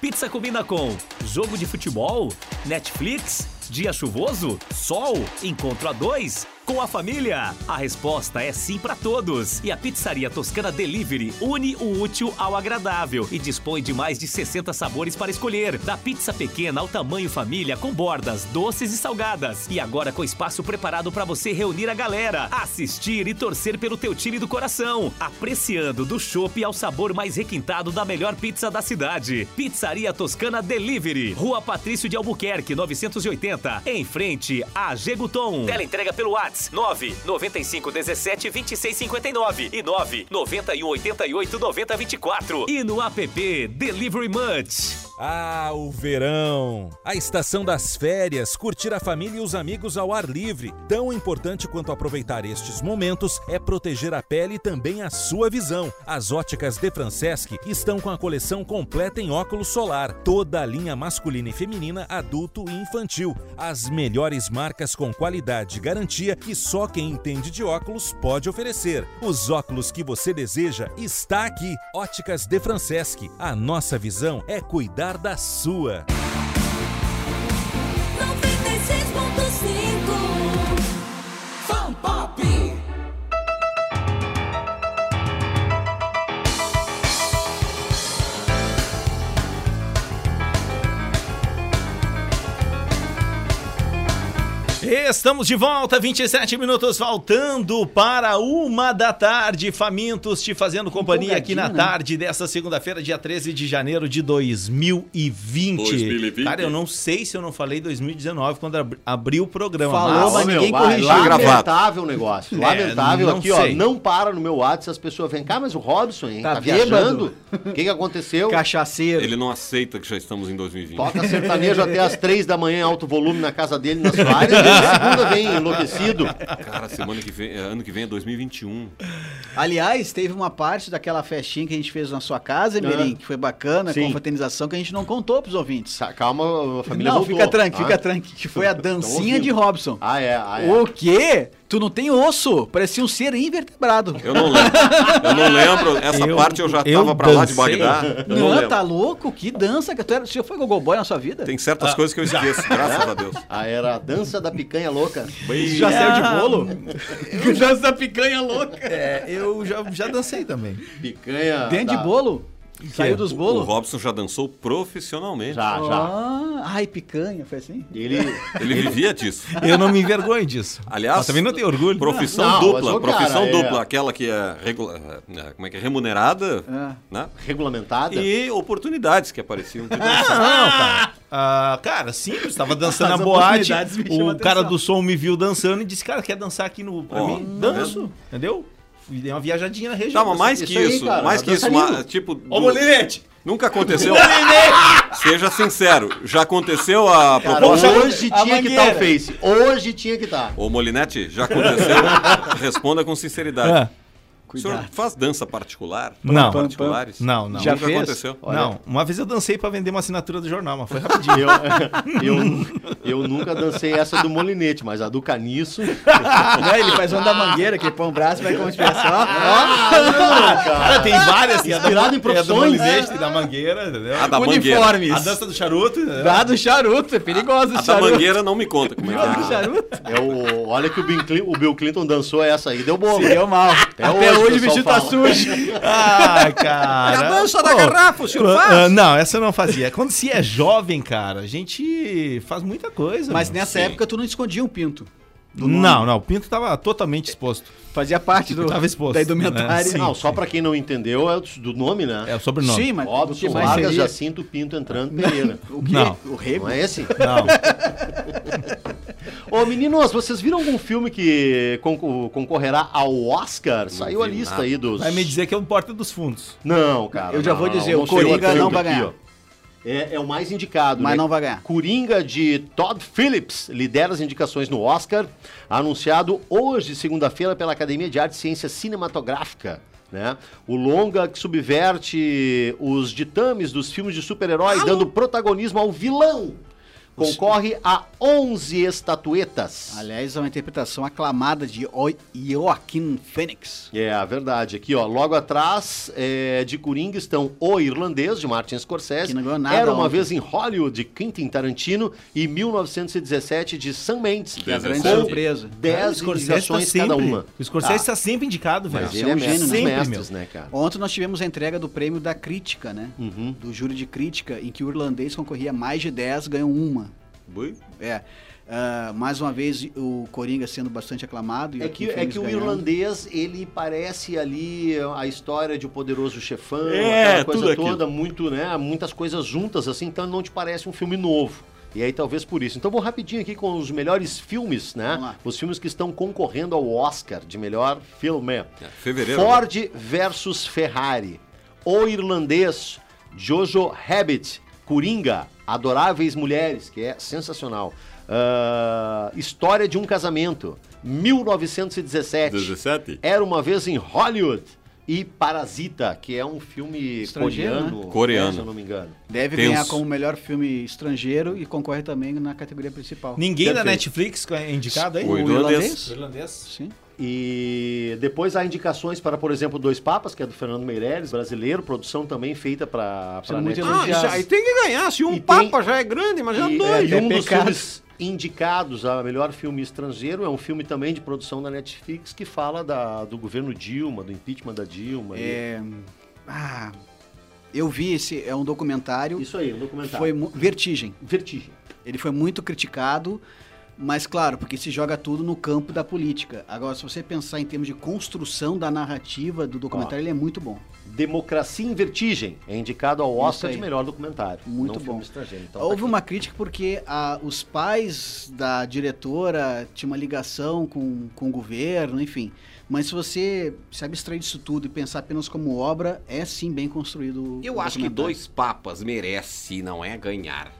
Pizza combina com jogo de futebol, Netflix, dia chuvoso, sol, encontro a dois, com a família. A resposta é sim para todos. E a Pizzaria Toscana Delivery une o útil ao agradável e dispõe de mais de 60 sabores para escolher, da pizza pequena ao tamanho família com bordas, doces e salgadas. E agora com espaço preparado para você reunir a galera, assistir e torcer pelo teu time do coração, apreciando do chopp ao sabor mais requintado da melhor pizza da cidade. Pizzaria Toscana Delivery, Rua Patrício de Albuquerque, 980, em frente a Geguton. Tela entrega pelo Whats 9 95 17 26 59 e um 9 91 88 90 24. E no app Delivery Munch. Ah, o verão! A estação das férias, curtir a família e os amigos ao ar livre. Tão importante quanto aproveitar estes momentos é proteger a pele e também a sua visão. As óticas de Francesc estão com a coleção completa em óculos solar, toda a linha masculina e feminina, adulto e infantil. As melhores marcas com qualidade e garantia que só quem entende de óculos pode oferecer. Os óculos que você deseja está aqui. Óticas de Francesc. A nossa visão é cuidar da sua. 96.5. Fan Pop. Estamos de volta, 27 minutos faltando para uma da tarde. Famintos te fazendo companhia aqui na Empolgadinho, né? tarde desta segunda-feira, dia 13 de janeiro de 2020. 2020. Cara, eu não sei se eu não falei 2019 quando abri- abri o programa. Falou, mas... mas ninguém corrigiu. Lamentável o negócio. É, Lamentável não aqui, ó. sei. Não para no meu WhatsApp as pessoas vêm cá, mas o Robson, hein? Tá, Tá viajando? O que, que aconteceu? Cachaceiro. Ele não aceita que já estamos em 2020. Toca sertanejo até as três da manhã, em alto volume na casa dele, nas Soares. e na segunda vem enlouquecido. Cara, semana que vem, é, ano que vem é 2021. Aliás, teve uma parte daquela festinha que a gente fez na sua casa, Mirim, que foi bacana, Sim. com confraternização, que a gente não contou pros ouvintes. Sa- Calma, a família não, voltou. fica tranqui, tá? fica tranqui, que foi a dancinha ouvindo. de Robson. Ah, é, ah, é. O quê? Tu não tem osso? Parecia um ser invertebrado. Eu não lembro. Eu não lembro. Essa Eu- parte eu já eu tava pra lá de dancei. Bagdá. Eu não, Não, lembro. tá louco? Que dança que tu era. Você já foi gogoboy na sua vida? Tem certas coisas que eu esqueço, graças a Deus. Ah, era a dança da picanha louca. Já saiu de bolo? Que dança da picanha louca. É, eu já, já dancei também. Picanha. Dentro da- de bolo? Saiu dos O bolos? Robson já dançou profissionalmente. Já, já. Ah, ai, picanha, foi assim? Ele. Ele vivia disso. Eu não me envergonho disso. Aliás, Mas também não tenho orgulho. Profissão Não, mas, dupla, ô, profissão cara, é- dupla, aquela que é, regula- é, como é que é? remunerada, né? Regulamentada? E oportunidades que apareciam. de Ah, dançar. não, cara. Ah, cara, sim, eu estava dançando na As boate. oportunidades me chamam O cara atenção. do som me viu dançando e disse: Cara, quer dançar aqui no, pra Ó, mim? tá Danço, entendeu? Fui dei uma viajadinha na região. Tá, mas mais Isso que aí, isso, cara, mais que isso, dançarino. ma- tipo, do- Ô, Molinete! nunca aconteceu. Seja sincero, já aconteceu a Cara, proposta? hoje a tinha que estar mangueira. o Face. Hoje tinha que tá." estar. Ô Molinete, já aconteceu? Responda com É. sinceridade. o senhor faz dança particular? Não. Particulares? Não, não. Nunca Já fez? aconteceu. Não, uma vez eu dancei pra vender uma assinatura do jornal, mas foi rapidinho. Eu, eu, eu nunca dancei essa do molinete, mas a do caniço. Né, ele faz uma da mangueira, que ele põe um braço e vai como se tivesse ó, ó. Cara, tem várias. tem a da- Inspirado em tem a do profissões. Molinete, tem da mangueira, entendeu? A da mangueira. Uniformes. A dança do charuto. entendeu? Dá do charuto, é perigoso o A da charuto. mangueira não me conta como é que é. Do charuto. É o, olha que o Bill, Clinton, o Bill Clinton dançou essa aí, deu bom. Deu mal. Até, hoje o hoje o pessoal vestido tá fala. sujo. Ah, É a cara. dança da Pô, garrafa, o senhor ah, faz? ah, não, essa eu não fazia. Quando se é jovem, cara, a gente faz muita coisa. Mas meu. nessa época tu não escondia um pinto. Não, não, o Pinto tava totalmente exposto. Fazia parte do, Tava exposto, da indumentária. né? Sim. É, Não, só pra quem não entendeu, é do nome, né? É o sobrenome. Sim, mas o que Robson mais Vargas seria? Jacinto Pinto entrando Pereira. O quê? Não. O rei? Não é esse? Não. Ô, meninos, vocês viram algum filme que concor- concorrerá ao Oscar? Saiu a vi lista nada. aí dos... Vai me dizer que é o Porta dos Fundos. Não, cara. Eu já não, vou não, dizer, não o saiu Coringa tanto não vai aqui, ganhar. ó. É, é o mais indicado, Mas né? não vai ganhar. Coringa de Todd Phillips lidera as indicações no Oscar, anunciado hoje, segunda-feira, pela Academia de Arte e Ciência Cinematográfica. Né? O longa que subverte os ditames dos filmes de super-herói, dando protagonismo ao vilão. Concorre a 11 estatuetas. Aliás, é uma interpretação aclamada de Oi- Joaquim Phoenix. É, a verdade. Aqui, ó, logo atrás é, de Coringa estão O Irlandês, de Martin Scorsese. Que não ganhou nada Era uma ontem. vez em Hollywood, de Quentin Tarantino. E 1917, de Sam Mendes. Que é a grande com surpresa. 10 indicações cada uma. O Scorsese tá sempre indicado, velho. Mas Esse ele tá é é, um mestre dos gênio, né? mestres, né, cara? Ontem nós tivemos a entrega do prêmio da crítica, né? Uhum. Do júri de crítica, em que o irlandês concorria a mais de 10, ganhou uma. Bui. É. Ah, mais uma vez, o Coringa sendo bastante aclamado. e É que, Joaquin é que o Phoenix ganhando. irlandês, ele parece ali a história de O Poderoso Chefão, É, aquela coisa tudo aquilo. toda, muito, né, muitas coisas juntas, assim, então não te parece um filme novo. E aí talvez por isso. Então vou rapidinho aqui com os melhores filmes, Vamos lá. né? Os filmes que estão concorrendo ao Oscar de melhor filme. É, fevereiro, Ford versus Ferrari. O Irlandês. Jojo Rabbit. Coringa. Adoráveis Mulheres, que é sensacional. Ah, História de um Casamento. 1917. 17? Era uma vez em Hollywood. E Parasita, que é um filme Estrangeiro, coreano. Coreano. Se eu não me engano. Deve Tenso. ganhar como melhor filme estrangeiro e concorre também na categoria principal. Tá Ninguém da Perfeito. Netflix é indicado aí? O irlandês. irlandês. Sim. E depois há indicações para, por exemplo, Dois Papas, que é do Fernando Meirelles, brasileiro, produção também feita para Sendo muito Netflix. Ah, isso aí tem que ganhar. Se um E papa já é grande, imagina E, dois. é, e um É dos pecado. filmes indicados a melhor filme estrangeiro é um filme também de produção da Netflix que fala da- do governo Dilma, do impeachment da Dilma. É, ah, eu vi esse, é um é documentário. Isso aí, um documentário. Foi mu- Vertigem. Vertigem. Ele foi muito criticado, mas claro, porque se joga tudo no campo da política. Agora, se você pensar em termos de construção da narrativa do documentário, ele é muito bom. Democracia em Vertigem é indicado ao Oscar aí. de melhor documentário. Muito não bom. Filme estrangeiro. Então, Houve tá uma crítica porque ah, os pais da diretora tinham uma ligação com, com o governo, enfim. Mas se você se abstrair disso tudo e pensar apenas como obra, é sim bem construído. o Eu acho que documentário. dois papas merece, não é ganhar.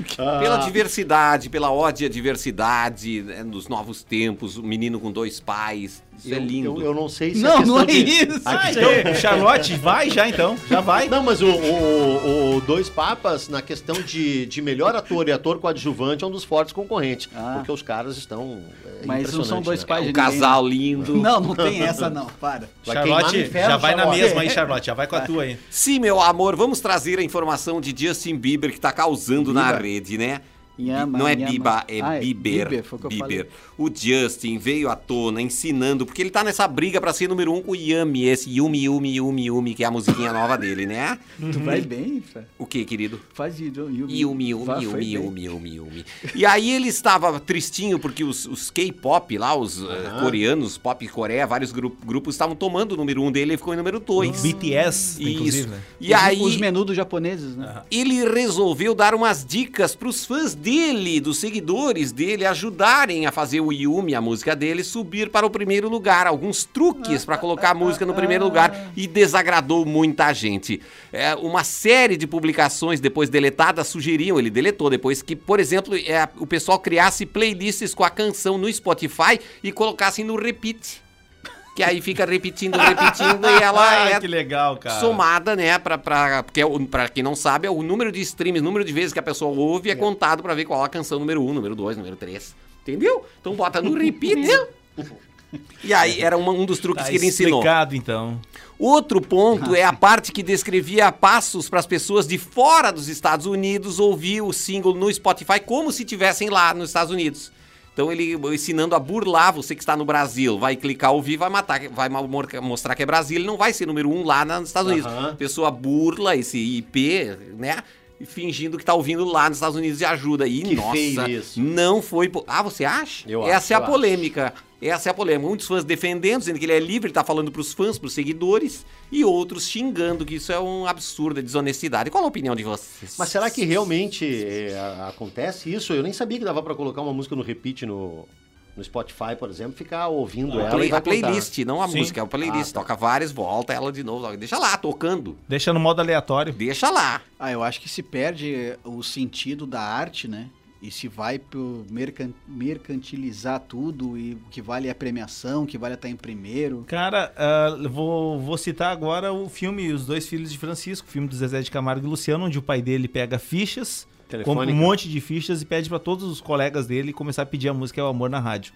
aqui. Ah, Pela diversidade, pela ódia à diversidade, né, nos novos tempos, o menino com dois pais, isso eu, é lindo. Eu, eu não sei se Não, questão não é de- isso. a Ah, questão- então, o Charlotte vai já então. Já vai. Não, mas o, o- o Dois Papas, na questão de, de melhor ator e ator coadjuvante, é um dos fortes concorrentes. Ah. Porque os caras estão. é, Mas não são impressionante, dois né? pais um de casal lindo. Ninguém. Não, não tem essa não, para. Vai queimar Charlotte, no inferno, já vai na Charlotte. mesma aí, Charlotte. Já vai com a tua aí. Sim, meu amor, vamos trazer a informação de Justin Bieber que tá causando na rede, né? Nhama, não é nhama. Biba, é Ah, Bieber. Bieber, foi o que eu Bieber. O Justin veio à tona ensinando, porque ele tá nessa briga pra ser número um com o Yami, esse Yumi, Yumi, Yumi, Yumi, que é a musiquinha nova dele, né? Tu vai bem, Fran. O que, querido? Faz de Yumi. Yumi, Vá, Yumi, foi Yumi, bem. Yumi, Yumi, Yumi. E aí ele estava tristinho porque os, os K-pop lá, os eh, coreanos, pop Coreia, vários gru- grupos estavam tomando o número um dele, ele ficou em número dois. Isso. BTS, inclusive, né? E aí Os menudos japoneses, né? ele resolveu dar umas dicas pros fãs dele, dos seguidores dele, ajudarem a fazer o Yumi, a música dele, subir para o primeiro lugar. Alguns truques para colocar a música no primeiro lugar e desagradou muita gente. É, uma série de publicações depois deletadas sugeriam, ele deletou depois, que, por exemplo, é, o pessoal criasse playlists com a canção no Spotify e colocassem no repeat. Que aí fica repetindo, repetindo e Ah, ela é que legal, cara. somada, né? Pra, pra, porque é o- pra quem não sabe, é o número de streams, o número de vezes que a pessoa ouve é, contado pra ver qual é a canção número 1, um, número 2, número 3. Entendeu? Então bota no repeat. né? e aí era uma- um dos truques Tá que ele ensinou. explicado, então. Outro Ah, ponto é a parte que descrevia passos para as pessoas de fora dos Estados Unidos ouvir o single no Spotify como se tivessem lá nos Estados Unidos. Então ele ensinando a burlar você que está no Brasil, vai clicar ouvir, vai matar, vai ma- mor- mostrar que é Brasil, ele não vai ser número um lá na- nos Estados Unidos. Aham. A pessoa burla esse IP, né? e Fingindo que tá ouvindo lá nos Estados Unidos e ajuda. E Que nossa, feio isso. não foi. po- Ah, você acha? Eu Essa acho, é a eu acho. polêmica. Essa é a polêmica. Muitos fãs defendendo, dizendo que ele é livre, ele tá falando pros fãs, pros seguidores, e outros xingando que isso é um absurdo, é desonestidade. Qual a opinião de vocês? Mas será que realmente é, a- acontece isso? Eu nem sabia que dava pra colocar uma música no repeat no, no Spotify, por exemplo, ficar ouvindo ela Play- e vai a playlist, não a Sim. música, é a playlist. Ah, tá. Toca várias, volta ela de novo. toca- Deixa lá, tocando. Deixa no modo aleatório. Deixa lá. Ah, eu acho que se perde eh, o sentido da arte, né? E se vai pro mercan- mercantilizar tudo e o que vale é a premiação, o que vale é estar em primeiro. Cara, ah, vou, vou citar agora o filme Os Dois Filhos de Francisco, o filme do Zezé de Camargo e Luciano, onde o pai dele pega fichas, compra um Telefônica. monte de fichas e pede pra todos os colegas dele começar a pedir a música É o Amor na rádio.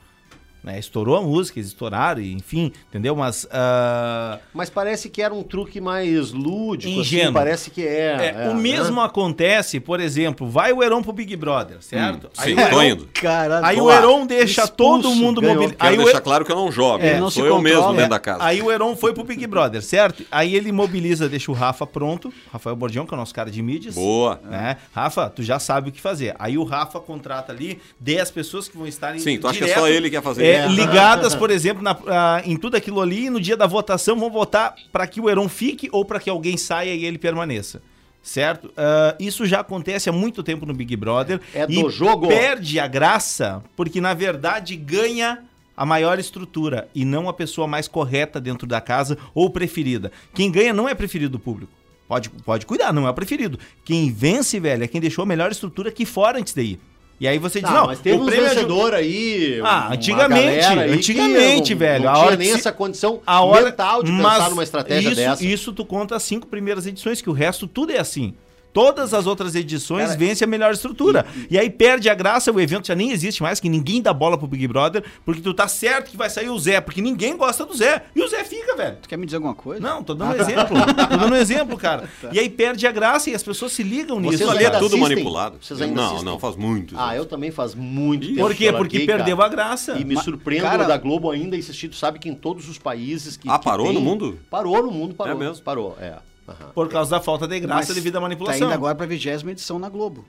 Né, Estourou a música, eles estouraram, e enfim, entendeu? Mas ah, Mas parece que era um truque mais lúdico, assim, Ingênuo. parece que é. é, é, o mesmo né? acontece, por exemplo, vai o Heron pro Big Brother, certo? aí o Heron, Hum, indo. Caralho, aí o boa. Heron deixa Expulso, todo mundo ganhou. mobilizado. Aí, o Her- claro que eu não jogo. É, não se controla, é. aí o Heron foi pro Big Brother, certo? Aí ele mobiliza, deixa o Rafa pronto, Rafael Bordião, que é o nosso cara de mídias. Boa. né? Rafa, tu já sabe o que fazer. Aí o Rafa contrata ali 10 pessoas que vão estar em Sim, tu acha que é direto, só ele que ia fazer é, isso? ligadas, por exemplo, na- ah, em tudo aquilo ali, e no dia da votação vão votar para que o Heron fique ou para que alguém saia e ele permaneça. Certo? Ah, isso já acontece há muito tempo no Big Brother. É e do jogo. Perde a graça, porque na verdade ganha a maior estrutura e não a pessoa mais correta dentro da casa ou preferida. Quem ganha não é preferido do público. Pode, pode cuidar, não é o preferido. Quem vence, velho, é quem deixou a melhor estrutura aqui fora antes daí. E aí você diz, Tá, não, mas teve o um prêmio é ju- vencedor aí. Ah, uma antigamente, galera aí que antigamente, não- velho, Não a tinha hora nem que se- essa condição a hora, mental de mas pensar numa estratégia isso, dessa. Isso tu conta as cinco primeiras edições, que o resto tudo é assim. Todas as outras edições vence a melhor estrutura. E, aí perde a graça, o evento já nem existe mais, que ninguém dá bola pro Big Brother, porque tu tá certo que vai sair o Zé, porque ninguém gosta do Zé. E o Zé fica, velho. Tu quer me dizer alguma coisa? Não, tô dando um exemplo. tô dando um exemplo, cara. E aí perde a graça e as pessoas se ligam Vocês nisso. Isso ali é ainda tudo assistem? manipulado. Vocês ainda não, assistem? não, faz muito. Ah, eu também faz muito tempo. Por que quê? eu Porque larguei, perdeu cara. a graça. E me surpreendo cara- da Globo ainda insistir. Tu sabe que em todos os países que. Ah, que parou tem- no mundo? Parou no mundo, parou. É mesmo? Parou, é. Aham. Por causa da falta de graça Mas devido Tá à manipulação. indo agora pra vigésima edição na Globo,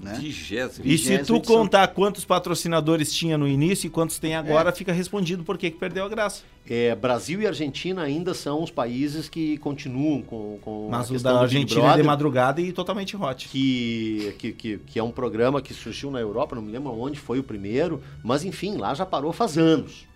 é, né? Vigésimo. E se tu Vigésima edição. contar quantos patrocinadores tinha no início e quantos tem agora, fica respondido por que que perdeu a graça. É, Brasil e Argentina ainda são os países que continuam com, com Mas a o questão da do Big Argentina é de Brother, madrugada e totalmente hot. que, que, que, que é um programa que surgiu na Europa, não me lembro onde foi o primeiro, mas enfim, lá já parou faz anos.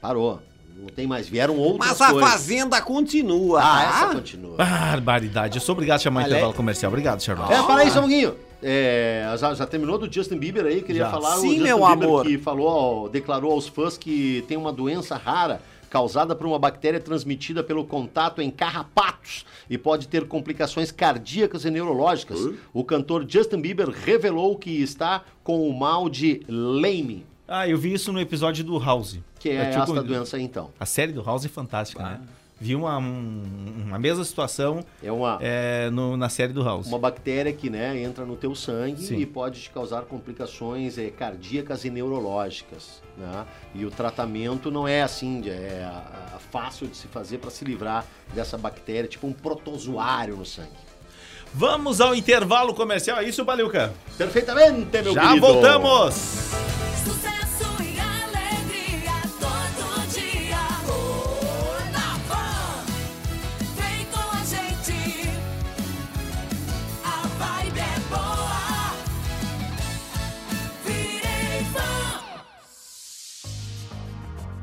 Parou. Não tem mais, vieram outras Mas a coisas. fazenda continua. Ah, essa tá? continua. Barbaridade. Eu sou obrigado a chamar Ale- intervalo comercial. Obrigado, Charlotte. É, fala aí, Samuguinho. É, já, já terminou do Justin Bieber aí? Queria Já. falar o Sim, Justin meu Bieber amor. que falou, ao- declarou aos fãs que tem uma doença rara causada por uma bactéria transmitida pelo contato em carrapatos e pode ter complicações cardíacas e neurológicas. O cantor Justin Bieber revelou que está com o mal de Lyme, Ah, eu vi isso no episódio do House. que é Eu Ah. te esta tipo um convido. doença aí, então. A série do House é fantástica, né? vi uma, um- uma mesma situação É uma, é, no- na série do House. uma bactéria que né, entra no teu sangue Sim. e pode te causar complicações eh, cardíacas e neurológicas. Né? E o tratamento não é assim, de- é ah, fácil de se fazer para se livrar dessa bactéria, tipo um protozoário no sangue. Vamos ao intervalo comercial, é isso, Baliuca? Perfeitamente, meu Já querido! voltamos! Sucesso e alegria todo dia. Unavan, vem com a gente. A vibe é boa. Virei fã.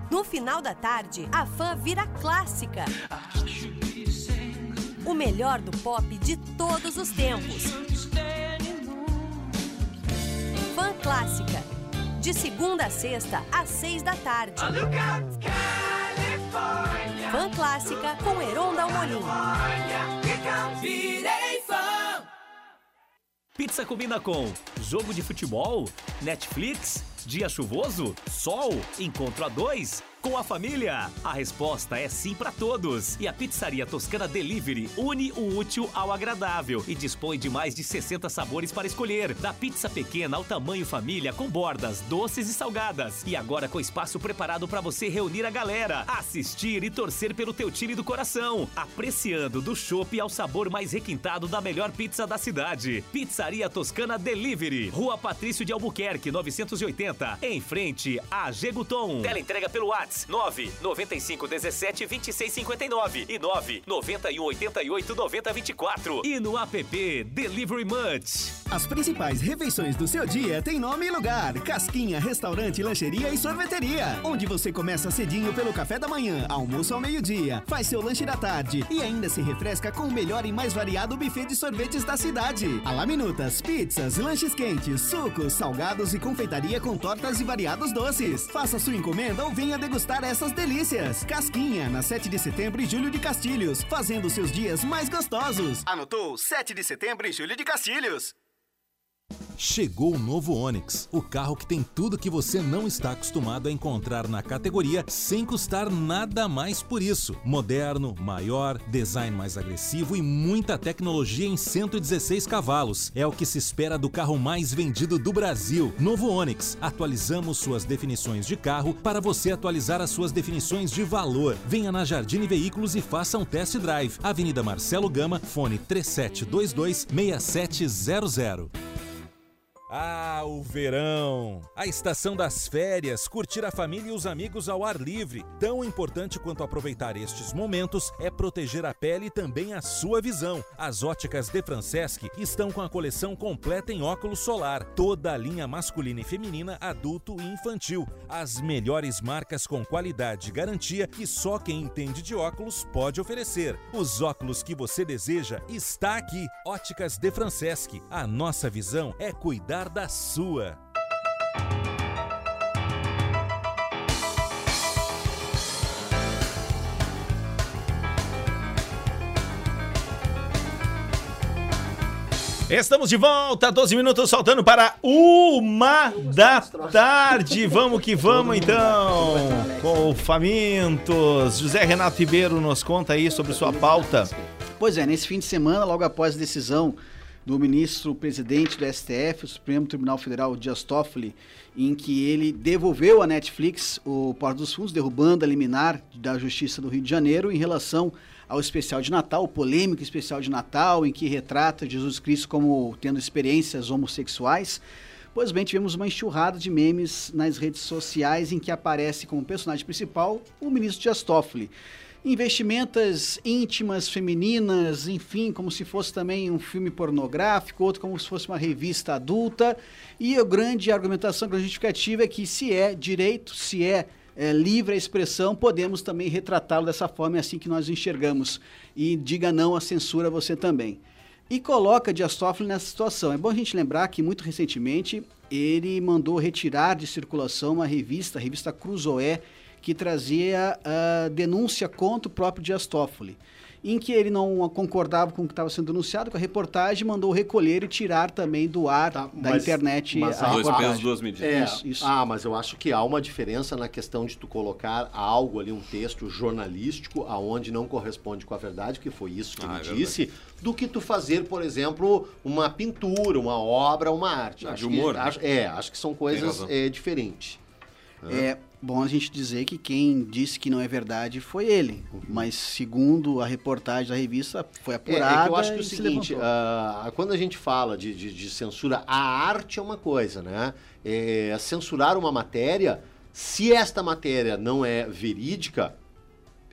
No final da tarde, a fã vira clássica. O melhor do pop de todos os tempos. Fã Clássica. De segunda a sexta, às seis da tarde. Fã Clássica com Heron Dalmolin. Virei fã. Pizza combina com jogo de futebol, Netflix, dia chuvoso, sol, encontro a dois, com a família. A resposta é sim para todos. E a Pizzaria Toscana Delivery une o útil ao agradável e dispõe de mais de 60 sabores para escolher, da pizza pequena ao tamanho família com bordas doces e salgadas. E agora com espaço preparado para você reunir a galera, assistir e torcer pelo teu time do coração, apreciando do chopp ao sabor mais requintado da melhor pizza da cidade. Pizzaria Toscana Delivery, Rua Patrício de Albuquerque, 980, em frente a Geguton. Tela entrega pelo Whats 9 95 17 26 59 e um, 9 91 88 90 24 e no app Delivery Munch. As principais refeições do seu dia têm nome e lugar: Casquinha, restaurante, lancheria e sorveteria. Onde você começa cedinho pelo café da manhã, almoço ao meio-dia, faz seu lanche da tarde e ainda se refresca com o melhor e mais variado buffet de sorvetes da cidade. A lá minutas, pizzas, lanches quentes, sucos, salgados e confeitaria com tortas e variados doces. Faça sua encomenda ou venha degustar essas delícias. Casquinha, na 7 de setembro e julho de Castilhos, fazendo seus dias mais gostosos. Anotou? 7 de setembro e julho de Castilhos. Chegou o novo Onix, o carro que tem tudo que você não está acostumado a encontrar na categoria sem custar nada mais por isso. Moderno, maior, design mais agressivo e muita tecnologia em 116 cavalos. É o que se espera do carro mais vendido do Brasil. Novo Onix, atualizamos suas definições de carro para você atualizar as suas definições de valor. Venha na Jardine Veículos e faça um test drive. Avenida Marcelo Gama, fone 3722 6700. Ah, o verão! A estação das férias, curtir a família e os amigos ao ar livre. Tão importante quanto aproveitar estes momentos é proteger a pele e também a sua visão. As óticas de Francesc estão com a coleção completa em óculos solar. Toda a linha masculina e feminina, adulto e infantil. As melhores marcas com qualidade e garantia que só quem entende de óculos pode oferecer. Os óculos que você deseja está aqui. Óticas de Francesc. A nossa visão é cuidar da sua. Estamos de volta, 12 minutos saltando para uma da tarde. Vamos que vamos então. Com o Famintos. José Renato Ribeiro nos conta aí sobre sua pauta. Pois é, nesse fim de semana, logo após a decisão do ministro-presidente do STF, o Supremo Tribunal Federal, Dias Toffoli, em que ele devolveu à Netflix o Porto dos Fundos, derrubando a liminar da Justiça do Rio de Janeiro em relação ao especial de Natal, o polêmico especial de Natal, em que retrata Jesus Cristo como tendo experiências homossexuais. Pois bem, tivemos uma enxurrada de memes nas redes sociais em que aparece como personagem principal o ministro Dias Toffoli investimentas íntimas, femininas, enfim, como se fosse também um filme pornográfico, outro como se fosse uma revista adulta. E a grande argumentação, a grande justificativa é que se é direito, se é, é, livre a expressão, podemos também retratá-lo dessa forma, é assim que nós enxergamos. E diga não à censura você também. E coloca Dias Toffoli nessa situação. É bom a gente lembrar que muito recentemente ele mandou retirar de circulação uma revista, a revista Cruzoé, que trazia ah, denúncia contra o próprio Dias Toffoli. em que ele não concordava com o que estava sendo anunciado, com a reportagem, mandou recolher e tirar também do ar Tá, da mas- internet mas a há- Dois reportagem. pesos, duas medidas. É, Isso, isso. Ah, mas eu acho que há uma diferença na questão de tu colocar algo ali, um texto jornalístico, aonde não corresponde com a verdade, que foi isso que Ah, ele é verdade. disse, do que tu fazer, por exemplo, uma pintura, uma obra, uma arte. Ah, acho de humor, Que, né? acho- é, acho que são coisas razão. é, diferentes. É bom a gente dizer que quem disse que não é verdade foi ele, Uhum. mas segundo a reportagem da revista, foi É, é apurada que eu acho que é o e se seguinte, levantou. ah, quando a gente fala de, de- de censura, a arte é uma coisa, né? É, censurar uma matéria, se esta matéria não é verídica,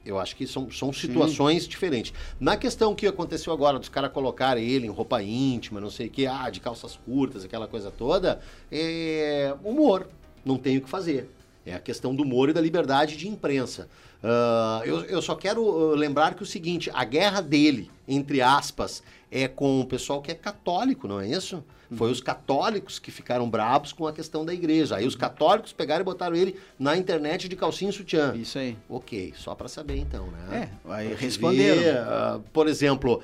eu acho que são, são situações diferentes. Na questão que aconteceu agora, dos caras colocarem ele em roupa íntima, não sei o que, ah, de calças curtas, aquela coisa toda, é humor, não tem o que fazer. É a questão do humor e da liberdade de imprensa. Ah, eu, eu só quero ah, lembrar que o seguinte, a guerra dele, entre aspas, é com o pessoal que é católico, não é isso? Foi os católicos que ficaram bravos com a questão da igreja. Aí os católicos pegaram e botaram ele na internet de calcinha e sutiã. Isso aí. Ok, só para saber então, né? É, aí Pra te responderam. ver, ah, por exemplo,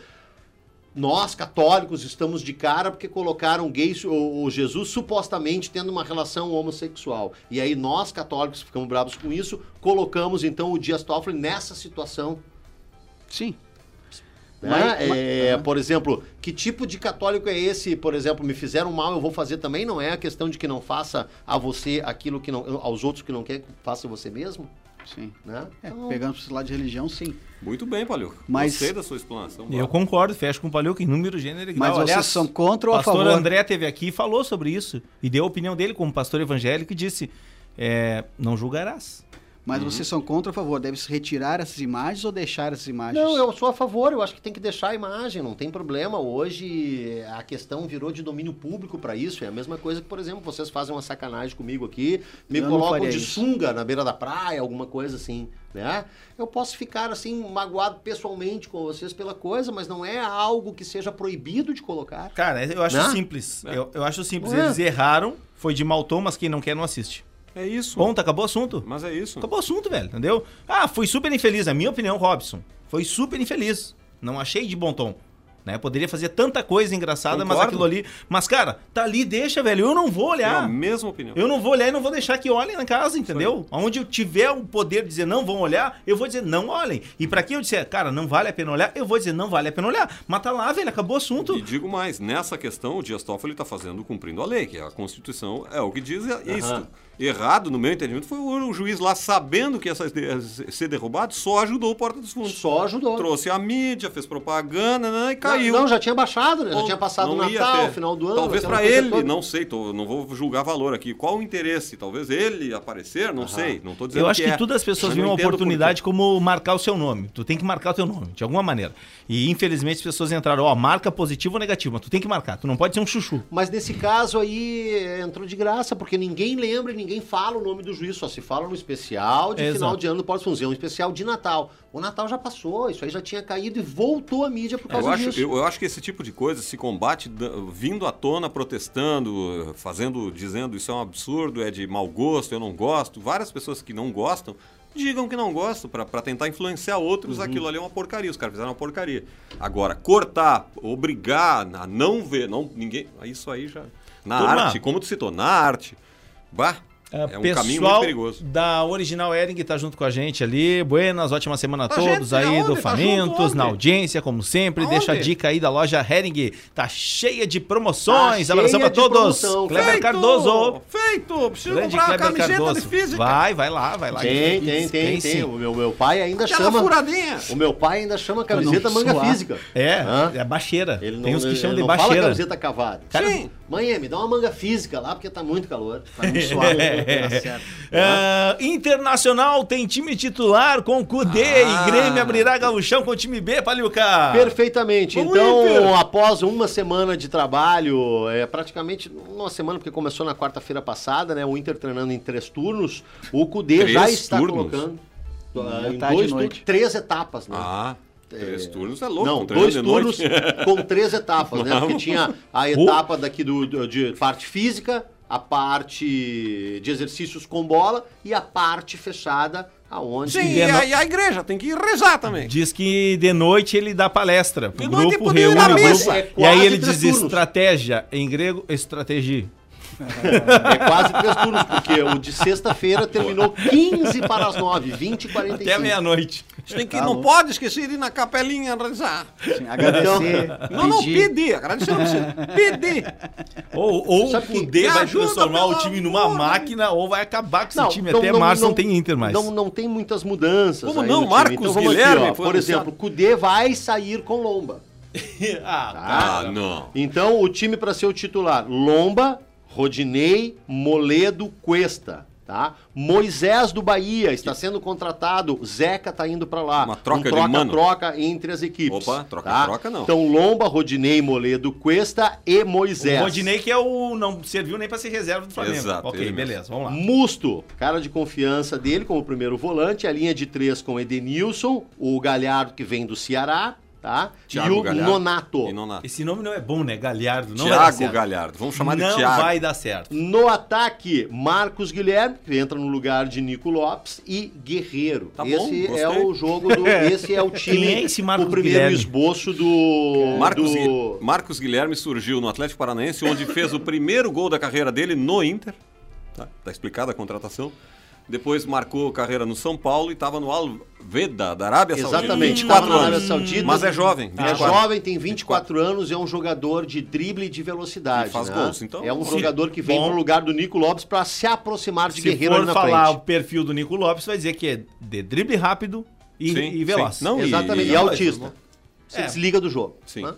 nós católicos estamos de cara porque colocaram gay ou, ou Jesus supostamente tendo uma relação homossexual. E aí nós católicos ficamos bravos com isso, colocamos então o Dias Toffoli nessa situação. Sim. né? Mas- É, mas- Por exemplo, que tipo de católico é esse? Por exemplo, me fizeram mal, eu vou fazer também? Não é a questão de que não faça a você aquilo que não. aos outros que não quer que faça você mesmo? Sim. Né? É, Então, pegando esse lado de religião, sim. Muito bem, Palio. Mas- Gostei da sua explanação. Eu concordo, fecho com o Palhoca em número, gênero e grau. Mas vocês Aliás, são contra ou a pastor favor? André teve aqui e falou sobre isso. E deu a opinião dele como pastor evangélico e disse, é, não julgarás. Mas vocês são contra ou a favor? Deve-se retirar essas imagens ou deixar essas imagens? Não, eu sou a favor, eu acho que tem que deixar a imagem, não tem problema. Hoje a questão virou de domínio público pra isso. É a mesma coisa que, por exemplo, vocês fazem uma sacanagem comigo aqui, me Eu não colocam faria de isso. sunga na beira da praia, alguma coisa assim, né? Eu posso ficar assim magoado pessoalmente com vocês pela coisa, mas não é algo que seja proibido de colocar. Cara, eu acho Né? simples. É. Eu, eu acho simples. Ué. Eles erraram, foi de mau tom, mas quem não quer não assiste. É isso. Ponto, acabou o assunto. Mas é isso. Acabou o assunto, velho, entendeu? Ah, fui super infeliz, na minha opinião, Robson. Foi super infeliz. Não achei de bom tom. Né? Poderia fazer tanta coisa engraçada, mas Concordo. aquilo ali. Mas, cara, tá ali, deixa, velho. Eu não vou Tenho olhar. a mesma opinião. Eu não vou olhar e não vou deixar que olhem na casa, entendeu? Onde eu tiver o poder de dizer não vão olhar, eu vou dizer não olhem. E pra quem eu disser, cara, não vale a pena olhar, eu vou dizer não vale a pena olhar. Mas tá lá, velho, acabou o assunto. E digo mais, nessa questão o Dias Toffoli está fazendo cumprindo a lei, que a Constituição é o que diz é isso. Errado, no meu entendimento, foi o juiz lá sabendo que ia sa- ser derrubado, só ajudou o Porta dos Fundos. Só ajudou. Trouxe a mídia, fez propaganda né, e caiu. Não, não, já tinha baixado, né? Já Ou tinha passado o não ia Natal, ter. final do ano. Talvez aquela para coisa ele, toda. não sei, tô- não vou julgar valor aqui. Qual o interesse? Talvez ele aparecer, não sei. Não tô dizendo Eu acho que, é. todas as pessoas Mas viram não uma entendo por oportunidade quê. como marcar o seu nome. Tu tem que marcar o teu nome, de alguma maneira. E infelizmente as pessoas entraram, ó, marca positivo ou negativo, mas tu tem que marcar, tu não pode ser um chuchu. Mas nesse caso aí é, entrou de graça, porque ninguém lembra e ninguém fala o nome do juiz, só se fala no especial de Exato. final de ano do Porto Funzinho, um especial de Natal. O Natal já passou, isso aí já tinha caído e voltou a mídia por causa É, Eu acho, disso. eu, eu acho que esse tipo de coisa se combate da- vindo à tona, protestando, fazendo, dizendo isso é um absurdo, é de mau gosto, eu não gosto. Várias pessoas que não gostam digam que não gostam para tentar influenciar Uhum. outros. Aquilo ali é uma porcaria, os caras fizeram uma porcaria. Agora, cortar, obrigar a não ver, não ninguém. Isso aí já. Na Turma. arte, como tu citou, na arte. Bah, é um caminho muito pessoal perigoso. da Original Ering tá junto com a gente ali. Buenas, ótima semana a Tá todos gente, aí aonde? do Tá Famintos, junto na onde? audiência, como sempre. Aonde? Deixa a dica aí da loja Hering. Tá cheia de promoções. Tá cheia Abração pra de todos. promoção. Kleber Feito! Cardoso. Feito! Preciso Grande comprar uma Kleber camiseta Cardoso. de física. Vai, vai lá, vai lá. Tem, tem, tem, tem. sim. O meu, meu pai ainda Aquela chama. furadinha. O meu pai ainda chama a camiseta não manga suar. física. É, Hã? é baixeira. Ele não, tem uns que ele chamam de não fala é um baixeira. camiseta cavada. Cara, Sim. Mãe, me dá uma manga física lá, porque tá muito calor. Pra não suar. É. Tá certo. Ah, internacional tem time titular com Cudê Ah. e Grêmio abrirá gauchão com o time B, Paliuca. Perfeitamente. Ah. Vamos, então, Inter! após uma semana de trabalho, é, praticamente uma semana, porque começou na quarta-feira passada, né? O Inter treinando em três turnos, o Cudê Três já está turnos? colocando. ah, em tarde e dois noite. turnos, três etapas, né? Ah, três turnos é louco. Não, um treino dois de noite. turnos com três etapas, né? Porque tinha a etapa daqui do, do- de parte física, a parte de exercícios com bola e a parte fechada aonde Sim, é e a, e a igreja tem que ir rezar também. Diz que de noite ele dá palestra. De O noite grupo poderia ir reúne na o missa. grupo. É e aí quase ele três diz turnos. estratégia, em grego, estratégia. é quase três turnos, porque o de sexta-feira terminou 15 para as 9, 20 e Até 45. meia-noite. Isso tem que, Tá não louco. pode esquecer de ir na capelinha rezar. Sim, agradecer, Não, não, pedir. pedir, agradecer não precisa. Pedir. Ou, ou o Sabe que- Kudê vai ajuda, transformar o pelo time numa amor de- máquina, ou vai acabar com esse time. Até março não, tem Inter mais. Não, não tem muitas mudanças. Como aí não? no time. Então Marcos vamos Guilherme ó, foi por anunciado. exemplo, o Cudê vai sair com Lomba. tá? ah, Ah, não. Então, o time para ser o titular: Lomba, Rodinei, Moledo, Cuesta. Tá? Moisés do Bahia está sendo contratado, Zeca está indo para lá. Uma troca de troca, mano. troca entre as equipes. Opa, troca, troca não. Então, Lomba, Rodinei, Moledo, Cuesta e o Moisés. Rodinei que é o não serviu nem pra ser reserva do Flamengo. Exato, ok, ele mesmo. beleza, vamos lá. Musto, cara de confiança dele como primeiro volante, a linha de três com Edenilson, o Galhardo que vem do Ceará, tá? e Thiago o Galhardo Nonato. E Nonato. Esse nome não é bom, né? Galhardo. Não vai dar Thiago certo. Galhardo. Vamos chamar de não Thiago. vai dar certo. No ataque, Marcos Guilherme, que entra no lugar de Nico Lopes, e Guerreiro. Tá bom, esse gostei. é o jogo do. Esse é o time. Quem é esse Marcos o primeiro Guilherme? esboço do. É. Marcos, do- Gui- Marcos Guilherme surgiu no Atlético Paranaense, onde fez o primeiro gol da carreira dele no Inter. Tá, tá explicada a contratação. Depois marcou carreira no São Paulo e estava no Al-Veda, da Arábia Saudita. Exatamente, 24 tava na Arábia anos. Saudita. Mas é jovem. É 24. jovem, tem 24 anos, é um jogador de drible e de velocidade. E faz né? gols, então- É um Sim. jogador que vem Bom. pro lugar do Nico Lopes pra se aproximar de Se Guerreiro ali for na falar frente. o perfil do Nico Lopes, vai dizer que é de drible rápido e, Sim, e veloz. sim. Não, Exatamente, e, então, é não, autista. Se É. desliga do jogo. Sim. né?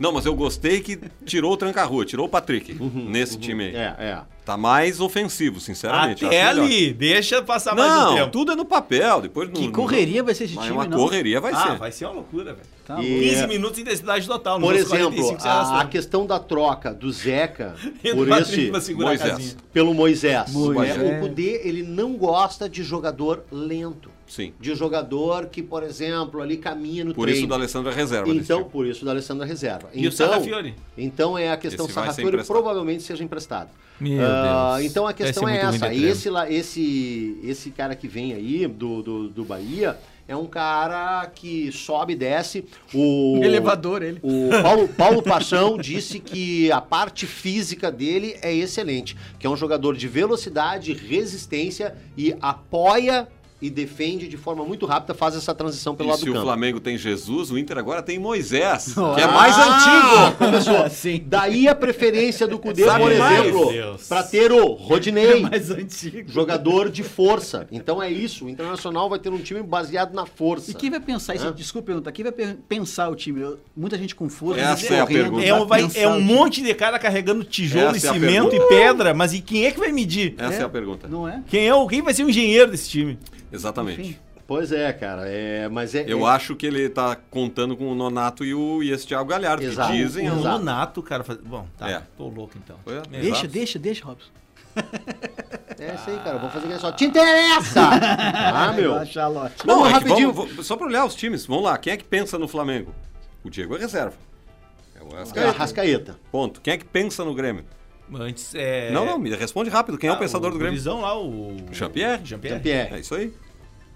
Não, mas eu gostei que tirou o Tranca-Rua, tirou o Patrick nesse time aí. É, é. Tá mais ofensivo, sinceramente. Até acho melhor. ali, Ah, deixa passar mais um Não, tempo. tudo é no papel. Depois Que não- correria vai ser esse Mas é time, uma não? correria vai ah, ser. é. vai ser uma loucura, velho. Tá E- louco. 15 minutos de intensidade total. Por nos exemplo, 45 você a, a arrastou. questão da troca do Zeca E por do Patrick esse, pra segurar a Moisés. casinha. pelo Moisés. Moisés. né? O Kudê, ele não gosta de jogador lento. Sim. De jogador que, por exemplo, ali caminha no Por treino. isso o D'Alessandro é reserva. desse Então, time. por isso o da Alessandra reserva. E o Sarrafiori? Então é a questão Esse vai ser Sarrafiori emprestado. provavelmente seja emprestado. Meu Ah, Deus. Então a questão Vai é ser muito essa. ruim de treino. Esse, lá- esse, esse cara que vem aí do, do, do Bahia é um cara que sobe e desce. O, Elevador, ele. O Paulo, Paulo Paixão disse que a parte física dele é excelente, que é um jogador de velocidade, resistência e apoia e defende de forma muito rápida, faz essa transição pelo E lado se do o campo. Flamengo tem Jesus, o Inter agora tem Moisés, que é Ah! mais antigo. Professor, Sim. Daí a preferência do Cudê, Sabe por mais? exemplo, Deus. para ter o Rodinei, Mais antigo. jogador de força. Então é isso, o Internacional vai ter um time baseado na força. E quem vai pensar isso? É. Hã? Desculpa perguntar. Quem vai pe- pensar o time? Eu- Muita gente confusa. Essa gente é a correndo, pergunta. É um, vai- pensar é um o time. monte de cara carregando tijolo Essa e é a cimento pergunta. e pedra, mas e quem é que vai medir? Essa é, a pergunta. Não é? Quem é o, quem vai ser o engenheiro desse time? Exatamente. Enfim. Pois é, cara, é, mas é Eu é, acho que ele tá contando com o Nonato e, o, e esse Thiago Galhardo, Exato. que dizem... um Exato. O Nonato, cara, faz... bom, tá, É. tô louco então. Foi- Deixa, Exato. deixa, deixa, Robson. é isso aí, cara, eu vou fazer que é só te interessa. ah, meu. Vai achar a lote. Não, Vamos é que rapidinho. vamos- vamos- só pra olhar os times, vamos lá. Quem é que pensa no Flamengo? O Diego é reserva. É o É a Arrascaeta. Rascaeta. Ponto. Quem é que pensa no Grêmio? Antes é... Ah, Não, não, me responde rápido. Quem é o pensador do Grêmio? Visão lá, o... Jean-Pierre. Jean-Pierre. Jean-Pierre. É isso aí.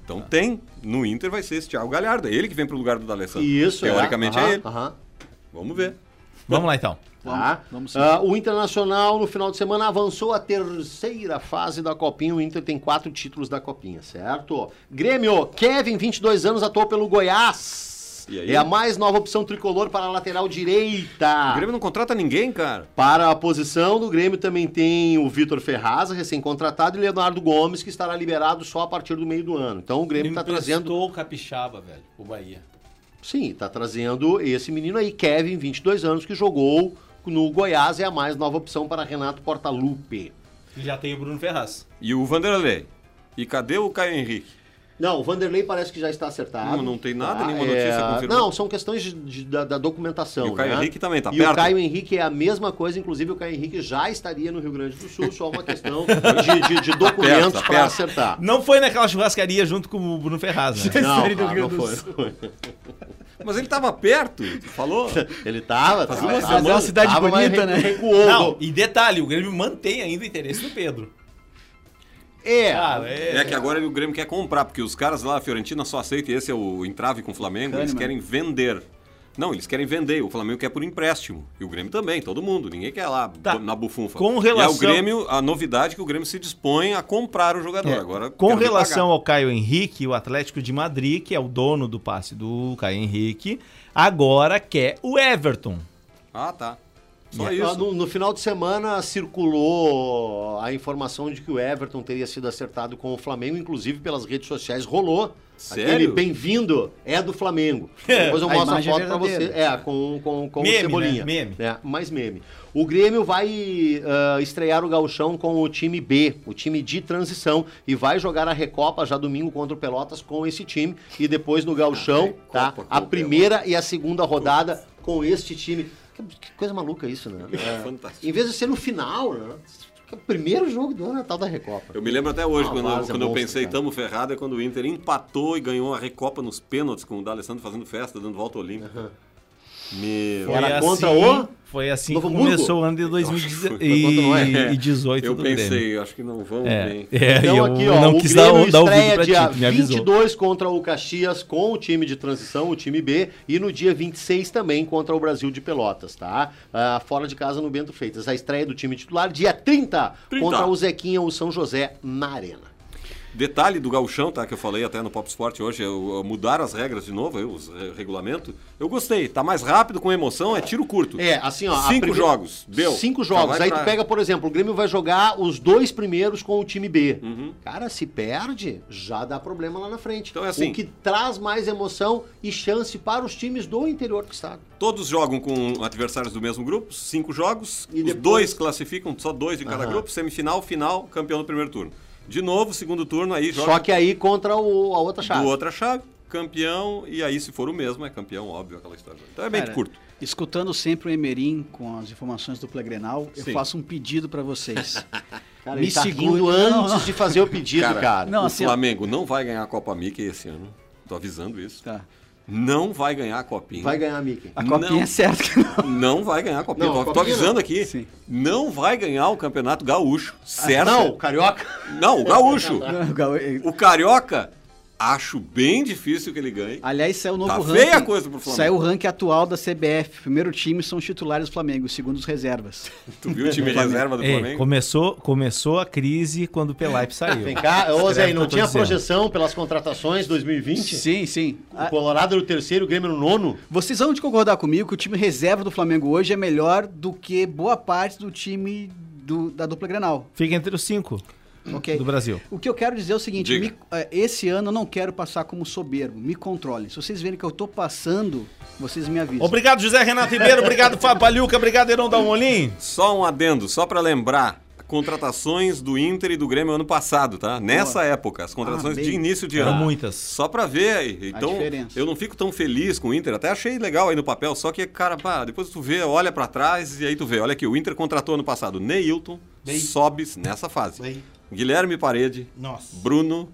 Então tem. No Inter vai ser esse Thiago Galhardo. É ele que vem pro lugar do D'Alessandro. Isso, Teoricamente é, aham, ele. aham. Vamos ver. Vamos lá então. Tá? Vamos, vamos Ah, o Internacional, no final de semana, avançou a terceira fase da Copinha. O Inter tem quatro títulos da Copinha, certo? Grêmio, Kevin, 22 anos, atuou pelo Goiás. E aí? É a mais nova opção tricolor para a lateral direita. O Grêmio não contrata ninguém, cara. Para a posição do Grêmio também tem o Vitor Ferraz, recém-contratado, e Leonardo Gomes, que estará liberado só a partir do meio do ano. Então o Grêmio está trazendo. o Capixaba, velho, o Bahia. Sim, está trazendo esse menino aí, Kevin, 22 anos, que jogou no Goiás, é a mais nova opção para Renato Portaluppi. E já tem o Bruno Ferraz. E o Vanderlei? E cadê o Caio Henrique? Não, o Vanderlei parece que já está acertado. Não, não tem nada, Tá? nenhuma notícia confirmou. Não, são questões de- de- da, da documentação. E o Caio né? Henrique também tá E perto? o Caio Henrique é a mesma coisa, inclusive o Caio Henrique já estaria no Rio Grande do Sul, só uma questão de, de- de documentos tá para perto. acertar. Não foi naquela churrascaria junto com o Bruno Ferraz, né? Não, Série do cara, Rio não Grande do foi. não foi. Mas ele tava perto, tu falou? Ele tava, tava, uma tava, semana. É uma cidade tava, mas bonita, né? recuou. Não, e detalhe, o Grêmio mantém ainda o interesse no Pedro. É, Cara, é. É que agora o Grêmio quer comprar, porque os caras lá, a Fiorentina só aceita, e esse é o entrave com o Flamengo, eles Kahneman. querem vender. Não, eles querem vender, o Flamengo quer por empréstimo. E o Grêmio também, todo mundo, ninguém quer lá Tá. bo- na bufunfa. Com E é o relação- Grêmio, a novidade é que o Grêmio se dispõe a comprar o jogador. É, Agora com quero ver relação ao Caio Henrique, o Atlético de Madrid, que é o dono do passe do Caio Henrique, agora quer o Everton. pagar. Ah, tá. Só Ah, isso. No, no final de semana circulou a informação de que o Everton teria sido acertado com o Flamengo, inclusive pelas redes sociais rolou. Sério? Aquele bem-vindo é do Flamengo. Depois eu A mostro a, imagem foto pra você. verdadeira. É, com, com, com Meme, o Cebolinha. né? Meme. É, mais meme. O Grêmio vai ah, estrear o gauchão com o time B, o time de transição, e vai jogar a Recopa já domingo contra o Pelotas com esse time, e depois no gauchão, tá? Ah, Recopa com A o primeira e a segunda rodada com este time. Que- Que coisa maluca isso, né? É É. fantástico. Em vez de ser no final, né? O primeiro jogo do ano é tal da Recopa. Eu me lembro até hoje, Ah, quando, eu, Várzea quando eu Monstro, pensei, cara. tamo ferrado, é quando o Inter empatou e ganhou a Recopa nos pênaltis, com o D'Alessandro fazendo festa, dando volta olímpica. Meu... Era contra o- Foi assim Novo que Hamburgo? começou o ano de Foi contra o Noé. 2018 é? Eu do Grêmio. pensei, acho que não vão bem. É, eu Então aqui, ó, não o quis dar, Grêmio o- dar o estreia vídeo pra dia ti, tu me avisou. 22 contra o Caxias com o time de transição, o time B, e no dia 26 também contra o Brasil de Pelotas, tá? Ah, fora de casa no Bento Freitas. A estreia do time titular, dia 30, 30. contra o Zequinha, o São José, na Arena. Detalhe do gauchão, tá? Que eu falei até no Pop Sport hoje, é eu, eu mudaram as regras de novo, eu, os re- regulamento. Eu gostei, tá mais rápido, com emoção, é tiro curto. É, assim, ó. a Cinco primeira- jogos, deu. Cinco Já jogos. vai Aí pra- tu pega, por exemplo, o Grêmio vai jogar os dois primeiros com o time B. Cara, se perde, já dá problema lá na frente. Uhum. Então é assim. O que traz mais emoção e chance para os times do interior do estado. Todos jogam com adversários do mesmo grupo, cinco jogos, E os depois- dois classificam, só dois de cada Aham. grupo, semifinal, final, campeão do primeiro turno. De novo, segundo turno, aí joga Só que aí contra o- a outra chave. do outra chave, campeão, e aí se for o mesmo, é campeão, óbvio, aquela história. Então é bem Cara, curto. Escutando sempre o Emerim com as informações do Plegrenal, eu Sim. faço um pedido pra vocês. Cara, Me ele tá segura- rindo antes Não, não. de fazer o pedido, cara. Não, o assim, ó. Flamengo não vai ganhar a Copa Mickey esse ano. Tô avisando isso. Tá. Não vai ganhar a Copinha. Vai ganhar, Mickey. A Não. copinha é certa que não. Não vai ganhar a Copinha. Não, tô, a tô Copinha avisando não. Ah, aqui. Sim. Não vai ganhar o Campeonato Gaúcho, certo? Não, carioca. Não, o Gaúcho. O Gaú- é- o Carioca, acho bem difícil que ele ganhe. Aliás, saiu o novo Tá ranking. feia a coisa pro Flamengo. Saiu o ranking atual da CBF. Primeiro time são os titulares do Flamengo, segundo os reservas. Tu viu o time reserva do Ei, Flamengo? É, começou, começou a crise quando o Pelaipe saiu. Vem cá, ô Escreve Zé, o que não eu tô tinha dizendo. projeção pelas contratações 2020? Sim, sim. O Ah, Colorado era o terceiro, o Grêmio era o nono? Vocês vão de concordar comigo que o time reserva do Flamengo hoje é melhor do que boa parte do time do- da dupla Grenal. Fica entre os cinco Ok. do Brasil. O que eu quero dizer é o seguinte: Diga. me- eh, esse ano eu não quero passar como soberbo. Me controlem. Se vocês verem que eu tô passando, vocês me avisam. Obrigado, José Renato Ribeiro. Obrigado, Fábio Paluca. Obrigado, Heron Dalmolin. Só um adendo, só pra lembrar. Contratações do Inter e do Grêmio ano passado, tá? Nessa época, as contratações Ah, bem. de início de Eram ano. muitas. Só pra ver aí. Então, diferença. eu não fico tão feliz com o Inter. Até achei legal aí no papel, só que, cara, pá, depois tu vê, olha pra trás e aí tu vê. Olha aqui, o Inter contratou ano passado Neilton, Sobis nessa fase. Guilherme Parede, Nossa. Bruno,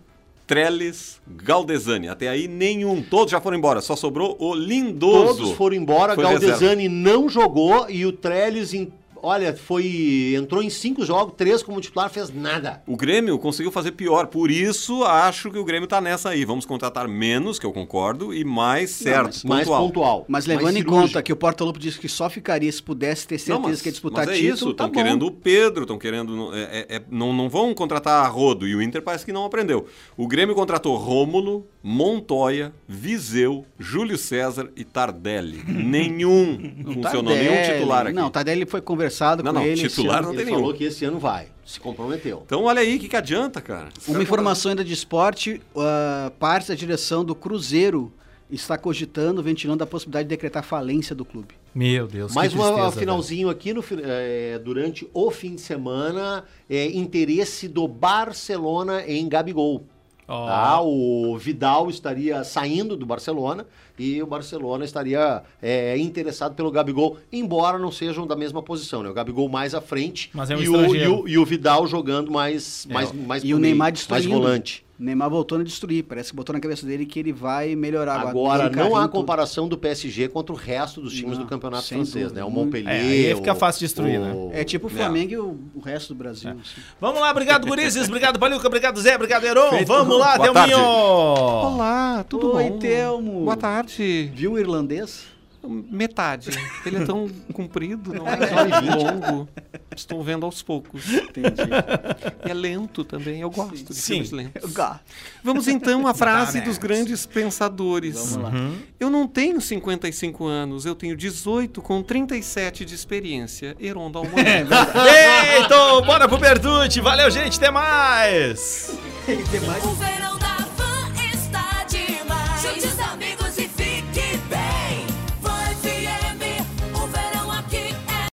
Trellis, Galdesani. Até aí nenhum. Todos já foram embora. Só sobrou o Lindoso. Todos foram embora, Foi Galdesani não jogou e o Trellis, em- olha, foi entrou em cinco jogos, três como titular, fez nada. O Grêmio conseguiu fazer pior, por isso acho que o Grêmio tá nessa aí. Vamos contratar menos, que eu concordo, e mais certo, Mais pontual. pontual. Mas mais levando em cirúrgico. conta que o Porta-Lupo disse que só ficaria se pudesse ter certeza que ia disputar mas é título, isso, tá estão bom. querendo o Pedro, estão querendo. é- é- é- não, não vão contratar a Rodo, e o Inter parece que não aprendeu. O Grêmio contratou Rômulo, Montoya, Viseu, Júlio César e Tardelli. nenhum funcionou, nenhum Tardelli. um titular aqui. Não, tá- Tardelli foi conversado Não, com não, ele. esse titular ano. não tem Ele nenhum. falou que esse ano vai, se comprometeu. Então olha aí, o que, que adianta, cara? Uma informação ainda de esporte, ah, parte da direção do Cruzeiro está cogitando, ventilando a possibilidade de decretar falência do clube. Meu Deus. Mais que um tristeza, finalzinho aqui no, fi- eh, durante o fim de semana, eh, interesse do Barcelona em Gabigol. Ó. Tá? O Vidal estaria saindo do Barcelona e o Barcelona estaria eh, interessado pelo Gabigol, embora não sejam da mesma posição. Né? O Gabigol mais à frente Mas é um e, o, e, estrangeiro. o, e o Vidal jogando mais, mais, mais É. E por o meio, Neymar mais destruindo. volante. Neymar voltando a destruir. Parece que botou na cabeça dele que ele vai melhorar Agora, Tem carrinho, não há tudo. comparação do PSG contra o resto dos times Não, do campeonato sem francês, dúvida. né? O Montpellier. É, aí fica o- fácil de destruir, né? É tipo o É. Flamengo e o, o resto do Brasil. assim. Vamos lá, obrigado, Gurizes. Obrigado, Paluca. Obrigado, Zé. Obrigado, Heron. Vamos lá, Boa tarde. Delminho. Olá, tudo Oi, bom? Telmo. Boa tarde. Viu o irlandês? Metade. Ele é tão comprido, não é tão longo. Estou vendo aos poucos. Entendi. E é lento também, eu gosto de Sim. filmes lentos. Eu gosto. Vamos então à frase dos grandes pensadores. Eu não tenho 55 anos, eu tenho 18 com 37 de experiência. Heron da Eita, bora pro Bertucci. Valeu, gente. Até mais. O verão da é